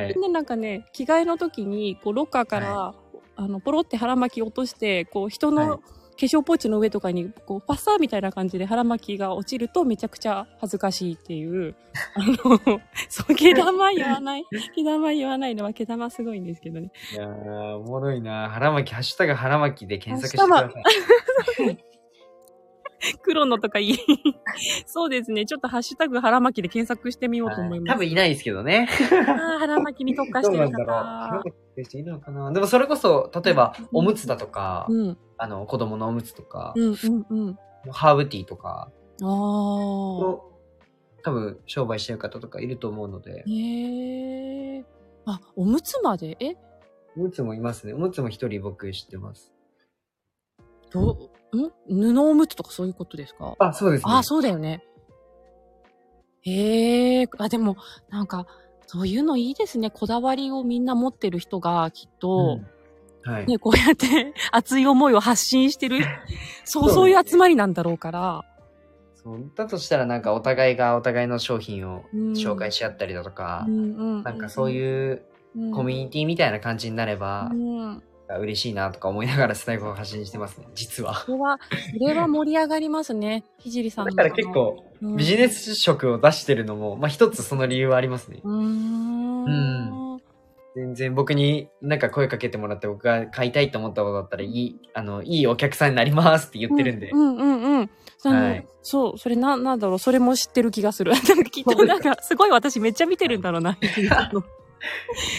[SPEAKER 2] い
[SPEAKER 1] み。んななんかね、着替えの時に、こう、ロッカーから、あの、ポロって腹巻き落として、こう、人
[SPEAKER 2] は
[SPEAKER 1] の
[SPEAKER 2] い
[SPEAKER 1] 化粧ポーチの上とかに、こう、パッサーみたいな感じで腹巻きが落ちるとめちゃくちゃ恥ずかしいっていう、 あの、そう、毛玉言わ ない、毛玉言わないのは毛玉すごいんですけどね。
[SPEAKER 2] いやー、おもろいな。腹巻き、ハッシュタグ腹巻きで検索してください。
[SPEAKER 1] 黒のとかいい。 そうですね、ちょっとハッシュタグ腹巻きで検索してみようと思い
[SPEAKER 2] はい
[SPEAKER 1] ま
[SPEAKER 2] 多
[SPEAKER 1] す。
[SPEAKER 2] 分いないですけどね。
[SPEAKER 1] あー腹巻きに特化してる方。
[SPEAKER 2] うしていいのかなでもそれこそ、例えば
[SPEAKER 1] うん、
[SPEAKER 2] おむつだとか、
[SPEAKER 1] うん、
[SPEAKER 2] あの、子供のおむつとか
[SPEAKER 1] う、ん、うん、うん。
[SPEAKER 2] ハーブティーとか、
[SPEAKER 1] ああ。
[SPEAKER 2] を多分商売してる方とかいると思うので、
[SPEAKER 1] へえ。あ、おむつまでえ
[SPEAKER 2] おむつもいますね。おむつも一人僕知ってます。
[SPEAKER 1] どう、ん布おむつとかそういうことですか
[SPEAKER 2] あ、そうですね。
[SPEAKER 1] あ、そうだよね。へえ。あ、でも、なんか、そういうのいいですね。こだわりをみんな持ってる人が、きっと、
[SPEAKER 2] うんはい。
[SPEAKER 1] ね、こうやって 熱い思いを発信して る、そう、そういう集まりなんだろうから。
[SPEAKER 2] そうだとしたらなんかお互いがお互いの商品を
[SPEAKER 1] うん
[SPEAKER 2] 紹介し合ったりだとか、
[SPEAKER 1] ん
[SPEAKER 2] なんかそう
[SPEAKER 1] う
[SPEAKER 2] いう
[SPEAKER 1] うん
[SPEAKER 2] コミュニティみたいな感じになれば
[SPEAKER 1] う、ん
[SPEAKER 2] 嬉しいなとか思いながらスタイフを発信してますね、実は。
[SPEAKER 1] それは、それは盛り上がりますね。ひじりさん
[SPEAKER 2] だ
[SPEAKER 1] の
[SPEAKER 2] から結構
[SPEAKER 1] うん
[SPEAKER 2] ビジネス色を出してるのも、まあ一つその理由はありますね。
[SPEAKER 1] うーん。
[SPEAKER 2] うん全然僕になんか声かけてもらって僕が買いたいと思ったことだったらいい、あの、いいお客さんになりますって言ってるんで
[SPEAKER 1] う。んうんうんうん。その
[SPEAKER 2] はい
[SPEAKER 1] そう、それな、なんだろう、それも知ってる気がする。 なんかきっと、なんか、すごい私めっちゃ見てるんだろう な。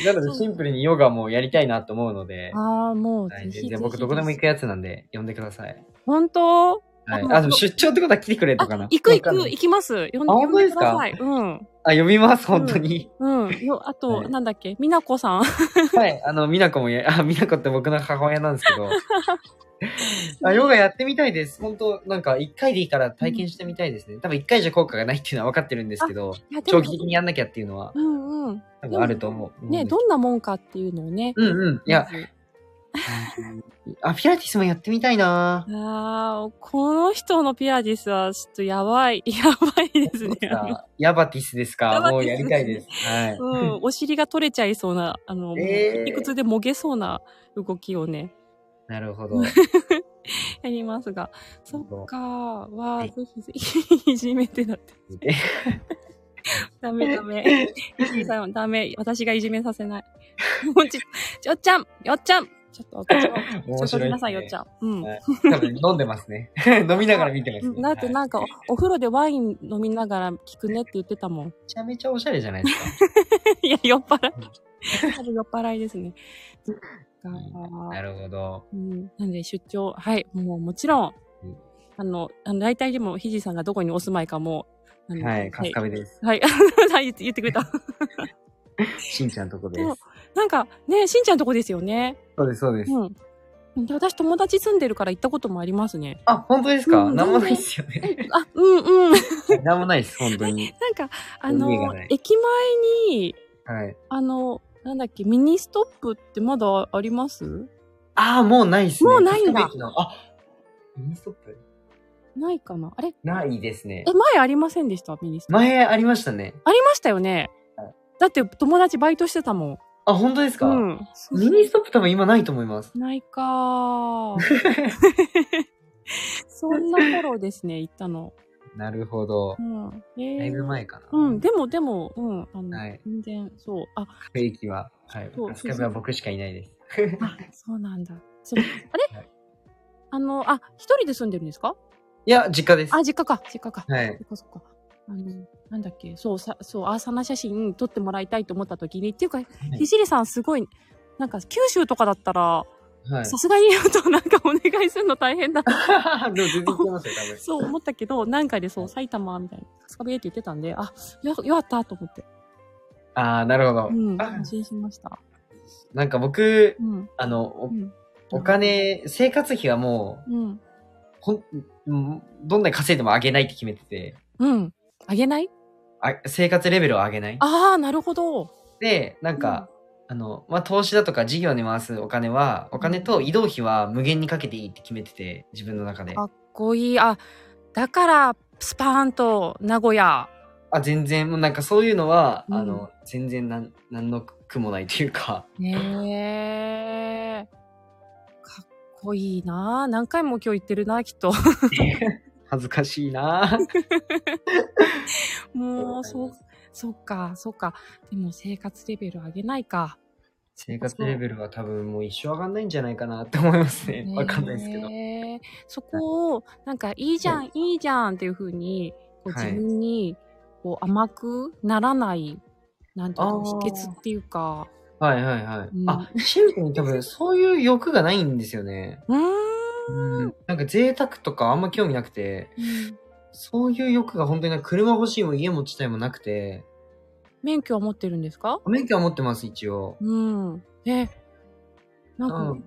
[SPEAKER 2] なのでシンプルにヨガもやりたいなと思うので、
[SPEAKER 1] ああ、もう、
[SPEAKER 2] は
[SPEAKER 1] ぜひ
[SPEAKER 2] い、
[SPEAKER 1] ぜひ。
[SPEAKER 2] 全然僕どこでも行くやつなんで、呼んでください。
[SPEAKER 1] 本当
[SPEAKER 2] は
[SPEAKER 1] あ
[SPEAKER 2] い。
[SPEAKER 1] もう
[SPEAKER 2] あ、でも出張ってことは来てくれるの
[SPEAKER 1] あ
[SPEAKER 2] かな、
[SPEAKER 1] 行く行
[SPEAKER 2] わかん
[SPEAKER 1] く、
[SPEAKER 2] ない
[SPEAKER 1] 行きます。呼ん
[SPEAKER 2] あ
[SPEAKER 1] で、呼ん
[SPEAKER 2] 本当
[SPEAKER 1] で
[SPEAKER 2] で
[SPEAKER 1] く
[SPEAKER 2] す
[SPEAKER 1] だ
[SPEAKER 2] か
[SPEAKER 1] さい。うん。
[SPEAKER 2] あ、呼びます、本当に。
[SPEAKER 1] うん。よ、あと、
[SPEAKER 2] はい
[SPEAKER 1] なんだっけ、みなこさん。
[SPEAKER 2] はい。あの、美奈子もや、あ、美奈子って僕の母親なんです けど。あヨガやってみたいです。本当なんか一回でいいから体験してみたいですね。多分一回じゃ効果がないっていうのは分かってるんですけど、
[SPEAKER 1] いやでも
[SPEAKER 2] 長期的にやんなきゃっていうのは
[SPEAKER 1] うんうん。
[SPEAKER 2] 多分あると思う。
[SPEAKER 1] ね、どんなもんかっていうのをね。
[SPEAKER 2] うんうん。いや、
[SPEAKER 1] まず
[SPEAKER 2] あ、ピラティスもやってみたいな
[SPEAKER 1] ああ、この人のピアディスは、ちょっとやばい。やばいですね。
[SPEAKER 2] ぁ。 ヤバティスです
[SPEAKER 1] ヤバ
[SPEAKER 2] か
[SPEAKER 1] ティス
[SPEAKER 2] もうやりたいです。はい。
[SPEAKER 1] うん、お尻が取れちゃいそうな、あの、もう
[SPEAKER 2] えー
[SPEAKER 1] 筋肉痛でもげそうな動きをね、
[SPEAKER 2] なるほど。
[SPEAKER 1] やりますが。そっか、わあ、
[SPEAKER 2] は
[SPEAKER 1] ぜ
[SPEAKER 2] い
[SPEAKER 1] ひぜひ、いじめてだって。ダメダメ。いじりさん、ダメ。私がいじめさせない。もうち、ちょっちゃん、よっちゃん、ちょっと私は、
[SPEAKER 2] 面
[SPEAKER 1] ちょっと
[SPEAKER 2] 白
[SPEAKER 1] ごめん
[SPEAKER 2] いで
[SPEAKER 1] な
[SPEAKER 2] す
[SPEAKER 1] さい、よっ
[SPEAKER 2] ね
[SPEAKER 1] ち。ゃん。うん。
[SPEAKER 2] 多分飲んでますね。 飲みながら見てます
[SPEAKER 1] う
[SPEAKER 2] ね。
[SPEAKER 1] んだって
[SPEAKER 2] はい
[SPEAKER 1] なんか、お風呂でワイン飲みながら聞くねって言ってたもん。
[SPEAKER 2] めちゃめちゃおしゃれじゃないですか。
[SPEAKER 1] いや、酔っ払 い。多分酔っ払いですね。そっ か
[SPEAKER 2] なるほど。
[SPEAKER 1] うん、なんで出張、はい、もうもちろん
[SPEAKER 2] うん、
[SPEAKER 1] あの、あの大体でも、ひじさんがどこにお住まいかも、あの
[SPEAKER 2] はい、カスカベです。
[SPEAKER 1] はい、 はい、言ってくれ た。
[SPEAKER 2] しんちゃんのとこです。
[SPEAKER 1] そうなんか、ね、しんちゃんとこですよね。
[SPEAKER 2] そうです、そうです。
[SPEAKER 1] うん。で私、友達住んでるから行ったこともあります ね。
[SPEAKER 2] あ、本当ですか
[SPEAKER 1] うん
[SPEAKER 2] なんもないですよね。
[SPEAKER 1] あ、うんうん。
[SPEAKER 2] なんもないです、本当に。
[SPEAKER 1] なんか、あ
[SPEAKER 2] 海が
[SPEAKER 1] の
[SPEAKER 2] ない、
[SPEAKER 1] 駅前に、
[SPEAKER 2] はい。
[SPEAKER 1] あの、なんだっけ、ミニストップってまだあります
[SPEAKER 2] ああ、もうないですね。
[SPEAKER 1] もうないんだ
[SPEAKER 2] カスカベ駅のあ、ミニストップ
[SPEAKER 1] ないかなあれ
[SPEAKER 2] ないですね
[SPEAKER 1] え、。前ありませんでしたミニストップ。
[SPEAKER 2] 前ありましたね。
[SPEAKER 1] ありましたよね
[SPEAKER 2] はい。
[SPEAKER 1] だって友達バイトしてたもん。
[SPEAKER 2] あ、本当ですか、
[SPEAKER 1] うん。
[SPEAKER 2] ミニストップ多分今ないと思います。
[SPEAKER 1] ないかー そんな頃ですね、行ったの。
[SPEAKER 2] なるほど
[SPEAKER 1] う。ん。えー
[SPEAKER 2] だいぶ前かな。
[SPEAKER 1] うん、でもでも、うん、あの、
[SPEAKER 2] はい
[SPEAKER 1] 全然、そう。あ、
[SPEAKER 2] カフェ駅は、はい
[SPEAKER 1] そう。
[SPEAKER 2] カスカベは僕しかいない です。
[SPEAKER 1] あそうなんだ。そうあれ、
[SPEAKER 2] はい
[SPEAKER 1] あの、あ、一人で住んでるんですか
[SPEAKER 2] いや、実家です。
[SPEAKER 1] あ、実家か、実家か。
[SPEAKER 2] はい
[SPEAKER 1] そっかそっか。あの、なんだっけ、そう、さそう、アーサナ写真撮ってもらいたいと思った時に、っていうか、ひじりさんすごい、なんか九州とかだったら、
[SPEAKER 2] はい。
[SPEAKER 1] さすがに言うとなんかお願いするの大変だ
[SPEAKER 2] でも全然行けますよ、多分。
[SPEAKER 1] そう思ったけど、なんかでそう、埼玉みたいな、春日部って言ってたんで、あ、よ、よかったと思って。
[SPEAKER 2] ああ、なるほど。
[SPEAKER 1] うん、
[SPEAKER 2] あ
[SPEAKER 1] 安心しました。
[SPEAKER 2] なんか僕
[SPEAKER 1] う、ん。
[SPEAKER 2] あの、お
[SPEAKER 1] うん
[SPEAKER 2] お。金、生活費はも
[SPEAKER 1] うん。
[SPEAKER 2] う、ほん、うんどんなに稼いでも上げないって決めてて、
[SPEAKER 1] うん。あげない
[SPEAKER 2] あ生活レベルを上げない。
[SPEAKER 1] ああ、なるほど。
[SPEAKER 2] で、なんか、あの、まあ、投資だとか事業に回すお金は、お金と移動費は無限にかけていいって決めてて、自分の中で
[SPEAKER 1] か。っこいい。あ、だから、スパーンと名古屋。
[SPEAKER 2] あ、全然、もうなんかそういうのは、
[SPEAKER 1] うん
[SPEAKER 2] あの、全然なん、なんの苦もないという か、
[SPEAKER 1] ねえ。かっこいいな。何回も今日言ってるな、きっと。
[SPEAKER 2] 恥ずかしいなぁ
[SPEAKER 1] もう、そう、そうか、そうか。でも生活レベル上げないか。
[SPEAKER 2] 生活レベルは多分もう一生上がんないんじゃないかなって思いますね。 わかんないですけど。
[SPEAKER 1] へーそこを、なんか、いいじゃん、いいじゃんっていうふうに、こう
[SPEAKER 2] は
[SPEAKER 1] 自
[SPEAKER 2] い
[SPEAKER 1] 分にこう甘くならない、なんていう
[SPEAKER 2] あ
[SPEAKER 1] の、
[SPEAKER 2] ー
[SPEAKER 1] 秘訣っていうか、
[SPEAKER 2] はいはいはい。
[SPEAKER 1] うん
[SPEAKER 2] あ、シンプルに多分そういう欲がないんですよね。
[SPEAKER 1] うーん。
[SPEAKER 2] うん。なんか贅沢とかあんま興味なくて、そういう欲が本当になんか車欲しいも家持ちたいもなくて、
[SPEAKER 1] 免許は持ってるんですか
[SPEAKER 2] 免許は持ってます一応。
[SPEAKER 1] うん。え、なんか、
[SPEAKER 2] うん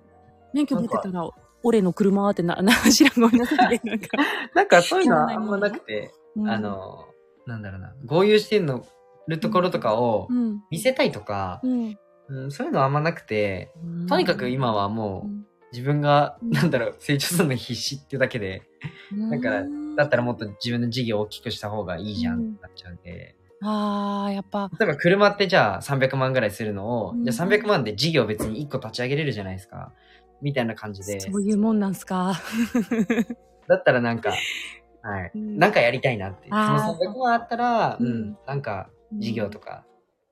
[SPEAKER 1] 免許持ってたら、俺の車ってな、な、 知らん、ごめんなさいね。なんか、
[SPEAKER 2] なんかそういうのはあんまなくて、
[SPEAKER 1] うん
[SPEAKER 2] あ、の、なんだろうな、合流してんの、るところとかを
[SPEAKER 1] うん。
[SPEAKER 2] 見せたいとか
[SPEAKER 1] う、ん。
[SPEAKER 2] うん、そういうのはあんまなくて、とにかく今はもう自分が、
[SPEAKER 1] うん
[SPEAKER 2] なんだろう、成長するのに必死ってだけで、
[SPEAKER 1] うん、
[SPEAKER 2] だから
[SPEAKER 1] うん
[SPEAKER 2] だったらもっと自分の事業を大きくした方がいいじゃんってなっちゃうんで、
[SPEAKER 1] ああ、やっぱ、
[SPEAKER 2] 例えば車ってじゃあ300万ぐらいするのを、
[SPEAKER 1] うん
[SPEAKER 2] じゃあ300万で事業別に1個立ち上げれるじゃないですか。みたいな感じで。
[SPEAKER 1] そういうもんなんすか。
[SPEAKER 2] だったらなんか、はい。
[SPEAKER 1] うん
[SPEAKER 2] なんかやりたいなって。その
[SPEAKER 1] あー
[SPEAKER 2] 300万あったら、う
[SPEAKER 1] うん
[SPEAKER 2] ん、なんか事業とか。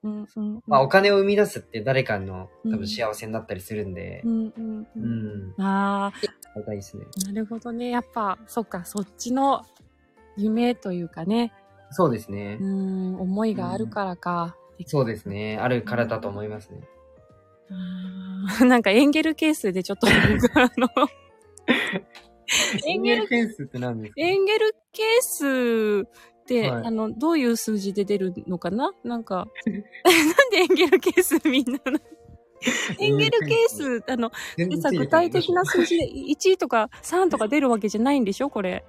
[SPEAKER 1] うんうんうん、
[SPEAKER 2] まあお金を生み出すって誰かの
[SPEAKER 1] うん
[SPEAKER 2] 多分幸せになったりするんで
[SPEAKER 1] う、んうんう
[SPEAKER 2] うんん、
[SPEAKER 1] あ
[SPEAKER 2] やりたいですね。
[SPEAKER 1] あなるほどねやっぱそっかそっちの夢というかね
[SPEAKER 2] そうですね
[SPEAKER 1] う。ん思いがあるからか、
[SPEAKER 2] そうですね。あるからだと思いますね。
[SPEAKER 1] あー なんかエンゲル係数でちょっと僕あのエンゲル
[SPEAKER 2] フェンスって何ですか
[SPEAKER 1] エンゲル係数って、
[SPEAKER 2] はい
[SPEAKER 1] あのどういう数字で出るのかななんか なんでエンゲル係数みんな エンゲル係数あの
[SPEAKER 2] 全然
[SPEAKER 1] でさ
[SPEAKER 2] ついて
[SPEAKER 1] 具
[SPEAKER 2] こない
[SPEAKER 1] 体的な数字で1とか3とか出るわけじゃないんでしょこ れ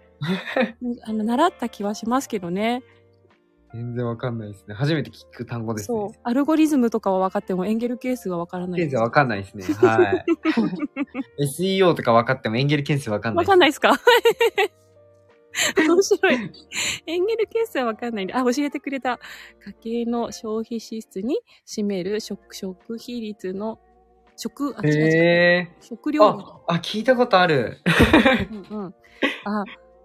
[SPEAKER 1] あの習った気はしますけどね
[SPEAKER 2] 全然わかんないですね。初めて聞く単語ですね。
[SPEAKER 1] そう。アルゴリズムとかは分かってもエンゲル係数は分からない
[SPEAKER 2] ケン
[SPEAKER 1] です。
[SPEAKER 2] スわかんないですね。 はい。SEO とか分かってもエンゲルケンスわかんな
[SPEAKER 1] 分
[SPEAKER 2] い。
[SPEAKER 1] かんないですか面白い。エンゲル係数は分かんないんで。あ、教えてくれた。家計の消費支出に占める食、食費率の、食、あ、違う違う
[SPEAKER 2] へ
[SPEAKER 1] 食
[SPEAKER 2] ー。
[SPEAKER 1] 料
[SPEAKER 2] あ、あ、聞いたことある。
[SPEAKER 1] 理。うんうん。あ、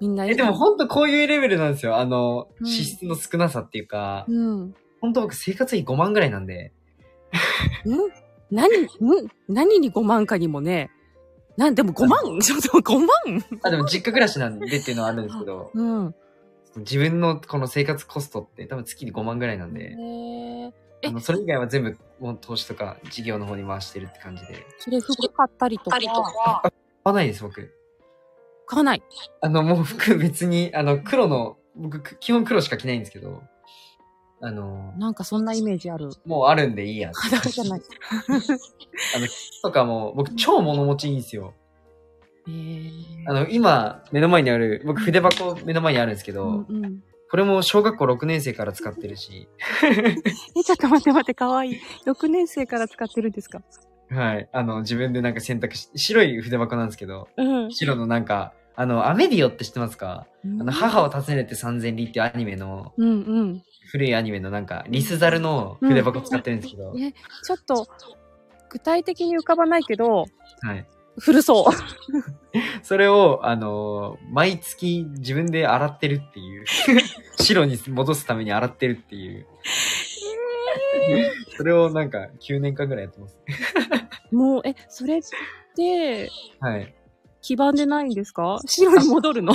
[SPEAKER 1] みんな
[SPEAKER 2] え、でもほんとこういうレベルなんですよ。あの、
[SPEAKER 1] うん
[SPEAKER 2] 支出の少なさっていうか、
[SPEAKER 1] うん。ん
[SPEAKER 2] ほんと僕生活費5万ぐらいなんで、
[SPEAKER 1] 何、ん何に5万かにもね、なん、でも5万 ちょっと5万
[SPEAKER 2] あ、でも実家暮らしなんでっていうのはあるんですけど、
[SPEAKER 1] うん。
[SPEAKER 2] 自分のこの生活コストって多分月に5万ぐらいなんで、
[SPEAKER 1] へえ。え
[SPEAKER 2] あのそれ以外は全部もう投資とか事業の方に回してるって感じで。
[SPEAKER 1] それ服買ったりとか、
[SPEAKER 2] 買わないです、僕。
[SPEAKER 1] 買わない。
[SPEAKER 2] あの、もう服別に、あの、黒の、僕、く基本黒しか着ないんですけど、あの、
[SPEAKER 1] なんかそんなイメージある。
[SPEAKER 2] もうあるんでいいや。
[SPEAKER 1] 肌じゃない。
[SPEAKER 2] あの、靴とかも、僕超物持ちいいんですよ。
[SPEAKER 1] へ
[SPEAKER 2] あ
[SPEAKER 1] え。
[SPEAKER 2] の、今、目の前にある、僕筆箱目の前にあるんですけど、
[SPEAKER 1] うんうん、
[SPEAKER 2] これも小学校6年生から使ってるし、
[SPEAKER 1] え、ちょっと待って待って、かわいい。6年生から使ってるんですか
[SPEAKER 2] はい。あの、自分でなんか選択し、白い筆箱なんですけど、
[SPEAKER 1] うん。
[SPEAKER 2] 白のなんか、あの、アメディオって知ってますかあの、母を訪ねて3000里っていうアニメの、
[SPEAKER 1] うんうん。
[SPEAKER 2] 古いアニメのなんか、リスザルの筆箱使ってるんですけど、
[SPEAKER 1] うんちょっと、具体的に浮かばないけど、
[SPEAKER 2] はい。
[SPEAKER 1] 古そう。
[SPEAKER 2] それを、あのー毎月自分で洗ってるっ ていう。白に戻すために洗ってるっていう。それをなんか9年間ぐらいやってます。
[SPEAKER 1] もう、え、それって、
[SPEAKER 2] はい。
[SPEAKER 1] 基盤でないんですか白に戻るの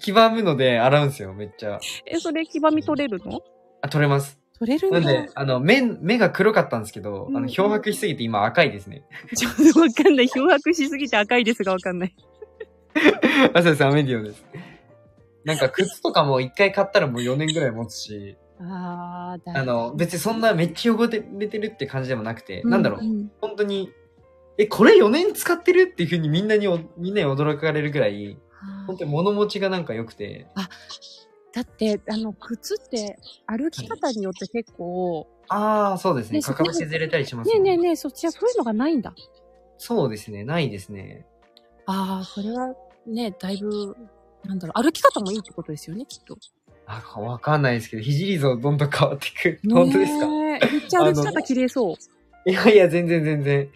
[SPEAKER 2] 黄ばむので洗うんですよ、めっちゃ。
[SPEAKER 1] え、それ黄ばみ取れるの
[SPEAKER 2] あ、取れます。
[SPEAKER 1] 取れる
[SPEAKER 2] なんん
[SPEAKER 1] だ。
[SPEAKER 2] で、あの、目、目が黒かったんですけど、あ
[SPEAKER 1] うん
[SPEAKER 2] の、漂白しすぎて今赤いですね。
[SPEAKER 1] ちょっとわかんない。漂白しすぎて赤いですがわかんない。
[SPEAKER 2] あ、そうです、アメディオです。なんか靴とかも一回買ったらもう4年ぐらい持つし、
[SPEAKER 1] あー、だ
[SPEAKER 2] あの、別にそんなめっちゃ汚れてるって感じでもなくて、
[SPEAKER 1] うん
[SPEAKER 2] なんだろう
[SPEAKER 1] う。ん
[SPEAKER 2] 本当に、え、これ4年使ってるっていうふうにみんなにお、みんなに驚かれるぐらい、
[SPEAKER 1] あ
[SPEAKER 2] 本
[SPEAKER 1] ー
[SPEAKER 2] 当に物持ちがなんか良くて。
[SPEAKER 1] だって、あの、靴って歩き方によって結構、
[SPEAKER 2] ああ、そうですね。
[SPEAKER 1] ね
[SPEAKER 2] かかぶせずれたりします
[SPEAKER 1] ねえねえねえ、そっちはそういうのがないんだ。
[SPEAKER 2] そうですね。ないですね。
[SPEAKER 1] ああ、それはね、だいぶ、なんだろう、歩き方もいいってことですよね、きっと。
[SPEAKER 2] あ、わかんないですけど、ひじり像どんどん変わっていく。本当ですか
[SPEAKER 1] ねえめっちゃ歩き方綺麗そう。
[SPEAKER 2] いやいや、全然全然。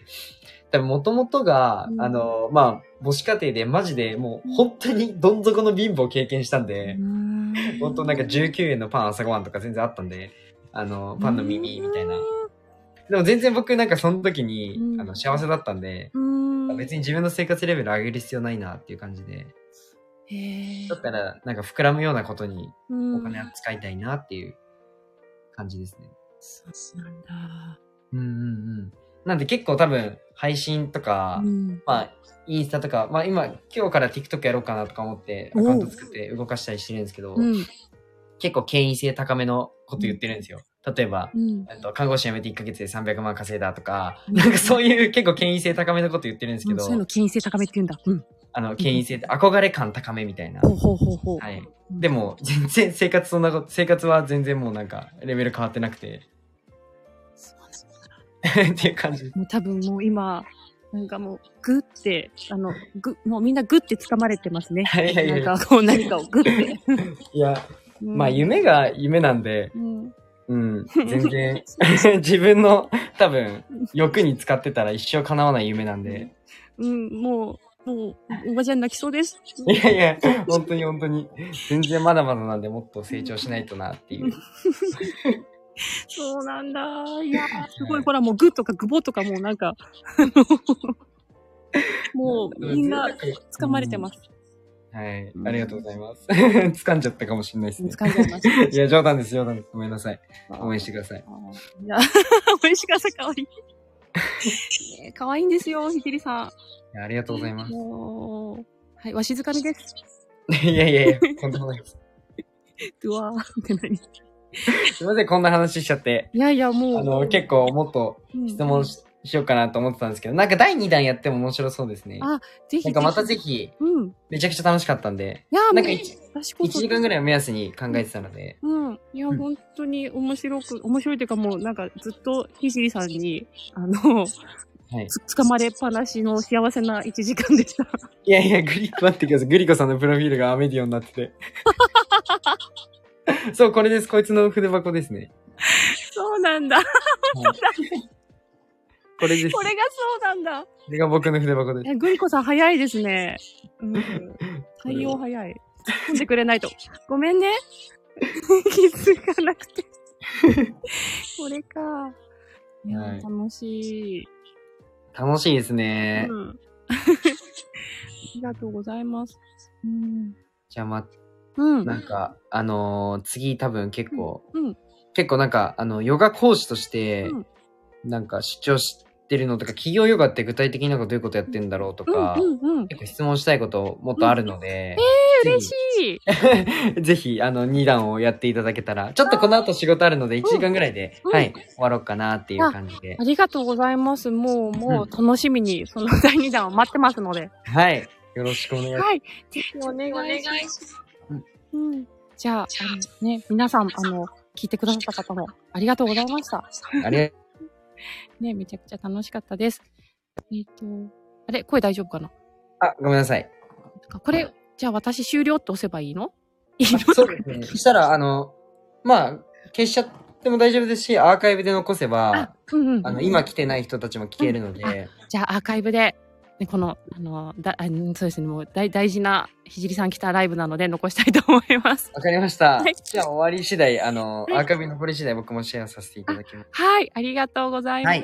[SPEAKER 2] 多分、もともとが、
[SPEAKER 1] うん
[SPEAKER 2] あの、まあ、母子家庭でマジでもう本当にどん底の貧乏を経験したんで、本当なんか19円のパン朝ごはんとか全然あったんで、あの、パンの耳みたいな。でも全然僕なんかその時に、
[SPEAKER 1] うん
[SPEAKER 2] あの幸せだったんで、
[SPEAKER 1] うん。
[SPEAKER 2] 別に自分の生活レベル上げる必要ないなっていう感じで、
[SPEAKER 1] へえ
[SPEAKER 2] だったらなんか膨らむようなことに
[SPEAKER 1] うん
[SPEAKER 2] お金を使いたいなっていう感じですね。
[SPEAKER 1] そうなんだ。
[SPEAKER 2] うんうんうん。なんで結構多分配信とか、
[SPEAKER 1] うん
[SPEAKER 2] まあインスタとか、まあ今今日から TikTok やろうかなとか思ってアカウント作って動かしたりしてるんですけど、
[SPEAKER 1] うん。
[SPEAKER 2] 結構権威性高めのこと言ってるんですよ。例えば、
[SPEAKER 1] うん。
[SPEAKER 2] えっと看護師辞めて1ヶ月で300万稼いだとか、
[SPEAKER 1] うん
[SPEAKER 2] なんかそういう結構権威性高めのこと言ってるんですけど、
[SPEAKER 1] そういうの金性高めって言うんだ。うん。
[SPEAKER 2] あの、権威性って憧れ感高めみたいな。
[SPEAKER 1] ほうほうほうほう。
[SPEAKER 2] はい。
[SPEAKER 1] うん
[SPEAKER 2] で、も、全然生活そんなこと、生活は全然もうなんか、レベル変わってなくて、
[SPEAKER 1] そうなんだ
[SPEAKER 2] っていう感じ。
[SPEAKER 1] もう多分もう今、なんかもう、グって、あの、グ、もうみんなグって掴まれてますね。
[SPEAKER 2] はいはいはい
[SPEAKER 1] なんかこう何かをグって。
[SPEAKER 2] いや、
[SPEAKER 1] うん
[SPEAKER 2] まあ、夢が夢なんで、
[SPEAKER 1] うん。
[SPEAKER 2] うん、全然、 自分の多分、欲に使ってたら一生叶わない夢なんで、
[SPEAKER 1] うん、もう、もう、おばちゃん泣きそうです。
[SPEAKER 2] いやいや、本当に本当に、全然まだまだなんで、もっと成長しないとなっていう。
[SPEAKER 1] そうなんだ。いやー、すごい、ほら、もう、グとかグボとかもうなん か、あのもう、みんな、掴まれてます。
[SPEAKER 2] はい、ありがとうございます。 掴んじゃったかもしれないですね。
[SPEAKER 1] 掴んじゃいまし
[SPEAKER 2] いや、冗談です、冗談です。ごめんなさい。
[SPEAKER 1] た。
[SPEAKER 2] 応援してください。
[SPEAKER 1] いや、 美味しかった、かわいい。ねえ、かわいいんですよ、ひじりさん。あ
[SPEAKER 2] いやありがとうございます。
[SPEAKER 1] もう、はい、わしづかみです。
[SPEAKER 2] いやいやいや、とんでもないです。
[SPEAKER 1] うわーって何い
[SPEAKER 2] すいません、こんな話しちゃって。
[SPEAKER 1] やいや、もう。
[SPEAKER 2] あの、結構もっと質問し,、ようかなと思ってたんですけど、なんか第2弾やっても面白そうですね。
[SPEAKER 1] あうん、ぜひ。
[SPEAKER 2] なんかまた
[SPEAKER 1] ぜ
[SPEAKER 2] ぜひ、
[SPEAKER 1] ひ。うん。い
[SPEAKER 2] めちゃくちゃ楽しかったんで、
[SPEAKER 1] やー、
[SPEAKER 2] なんか
[SPEAKER 1] もう
[SPEAKER 2] 一
[SPEAKER 1] 私こ
[SPEAKER 2] 1
[SPEAKER 1] そ
[SPEAKER 2] 時間ぐらいを目安に考えてたので、
[SPEAKER 1] うん。いや、
[SPEAKER 2] うん
[SPEAKER 1] 本当に面白く、面白いというかもう、なんかずっとひじりさんに、あの、
[SPEAKER 2] はい。
[SPEAKER 1] つつかまれっぱなしの幸せな1時間でした。
[SPEAKER 2] いやいや、グリ、待ってください。グリコさんのプロフィールがアメディオになっ てて。そう、これです。こいつの筆箱ですね。
[SPEAKER 1] そうなんだ。
[SPEAKER 2] これです。
[SPEAKER 1] こ
[SPEAKER 2] こ
[SPEAKER 1] れがそうなんだ。
[SPEAKER 2] れが僕の筆箱です。
[SPEAKER 1] え、グリコさん早いですね。 うん。対応早い。突っ込んでくれ ないと。ごめんね。気づかなくて。これか。いや、
[SPEAKER 2] はい
[SPEAKER 1] 楽しい。
[SPEAKER 2] 楽しいですね。
[SPEAKER 1] うん、ありがとうございます。うん。
[SPEAKER 2] じゃあま、
[SPEAKER 1] うん。
[SPEAKER 2] なんか、あのー次多分結構、
[SPEAKER 1] うん。
[SPEAKER 2] 結構なんか、あの、ヨガ講師として、
[SPEAKER 1] うん
[SPEAKER 2] なんか主張してるのとか、企業ヨガって具体的になんかどういうことやってんだろうとか、
[SPEAKER 1] うん。うん。
[SPEAKER 2] 結構質問したいこともっとあるので、
[SPEAKER 1] えー、嬉しい。
[SPEAKER 2] いぜひ、あの、2段をやっていただけたら、ちょっとこの後仕事あるので、1時間ぐらいで、
[SPEAKER 1] うん
[SPEAKER 2] はい、終わろうかなっていう感じで
[SPEAKER 1] あ。りがとうございます。もう、も
[SPEAKER 2] う
[SPEAKER 1] うん楽しみに、その第2弾を待ってますので。
[SPEAKER 2] はい、よろしくお願いします。
[SPEAKER 1] はい。ぜひお願いします。うん。じゃあ、あのね、皆さん、あの、聞いてくださった方も、ありがとうございました。
[SPEAKER 2] あれ
[SPEAKER 1] ね、めちゃくちゃ楽しかったです。えっ、と、あれ、声大丈夫かな
[SPEAKER 2] あ、ごめんなさい。
[SPEAKER 1] これ、じゃあ私終了って押せばいいのいい
[SPEAKER 2] そうですね。そ したら、あの、まあ、消しちゃっても大丈夫ですし、アーカイブで残せば
[SPEAKER 1] あ、、うんうん。
[SPEAKER 2] あの、今来てない人たちも聞けるので、
[SPEAKER 1] じゃあアーカイブで、ね、この、あの、だあのそうですね、もう大大事なひじりさん来たライブなので残したいと思います。
[SPEAKER 2] わかりました
[SPEAKER 1] はい。
[SPEAKER 2] じゃあ終わり次第、あの、
[SPEAKER 1] はい
[SPEAKER 2] アーカイブ残り次第僕もシェアさせていただきます。
[SPEAKER 1] はい、ありがとうございます。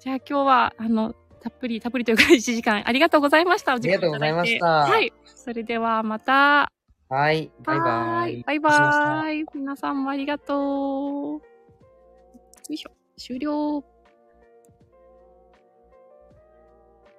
[SPEAKER 1] じゃあ今日は、あの、たっぷりたっぷりというか1時 間ありがとうございました。あ
[SPEAKER 2] りがとうございました
[SPEAKER 1] はい、それではまた。
[SPEAKER 2] はい、バイバ
[SPEAKER 1] は
[SPEAKER 2] イ
[SPEAKER 1] い。バイ
[SPEAKER 2] 失礼しました
[SPEAKER 1] バイ。皆さんもありがとう。よいしょ、終了。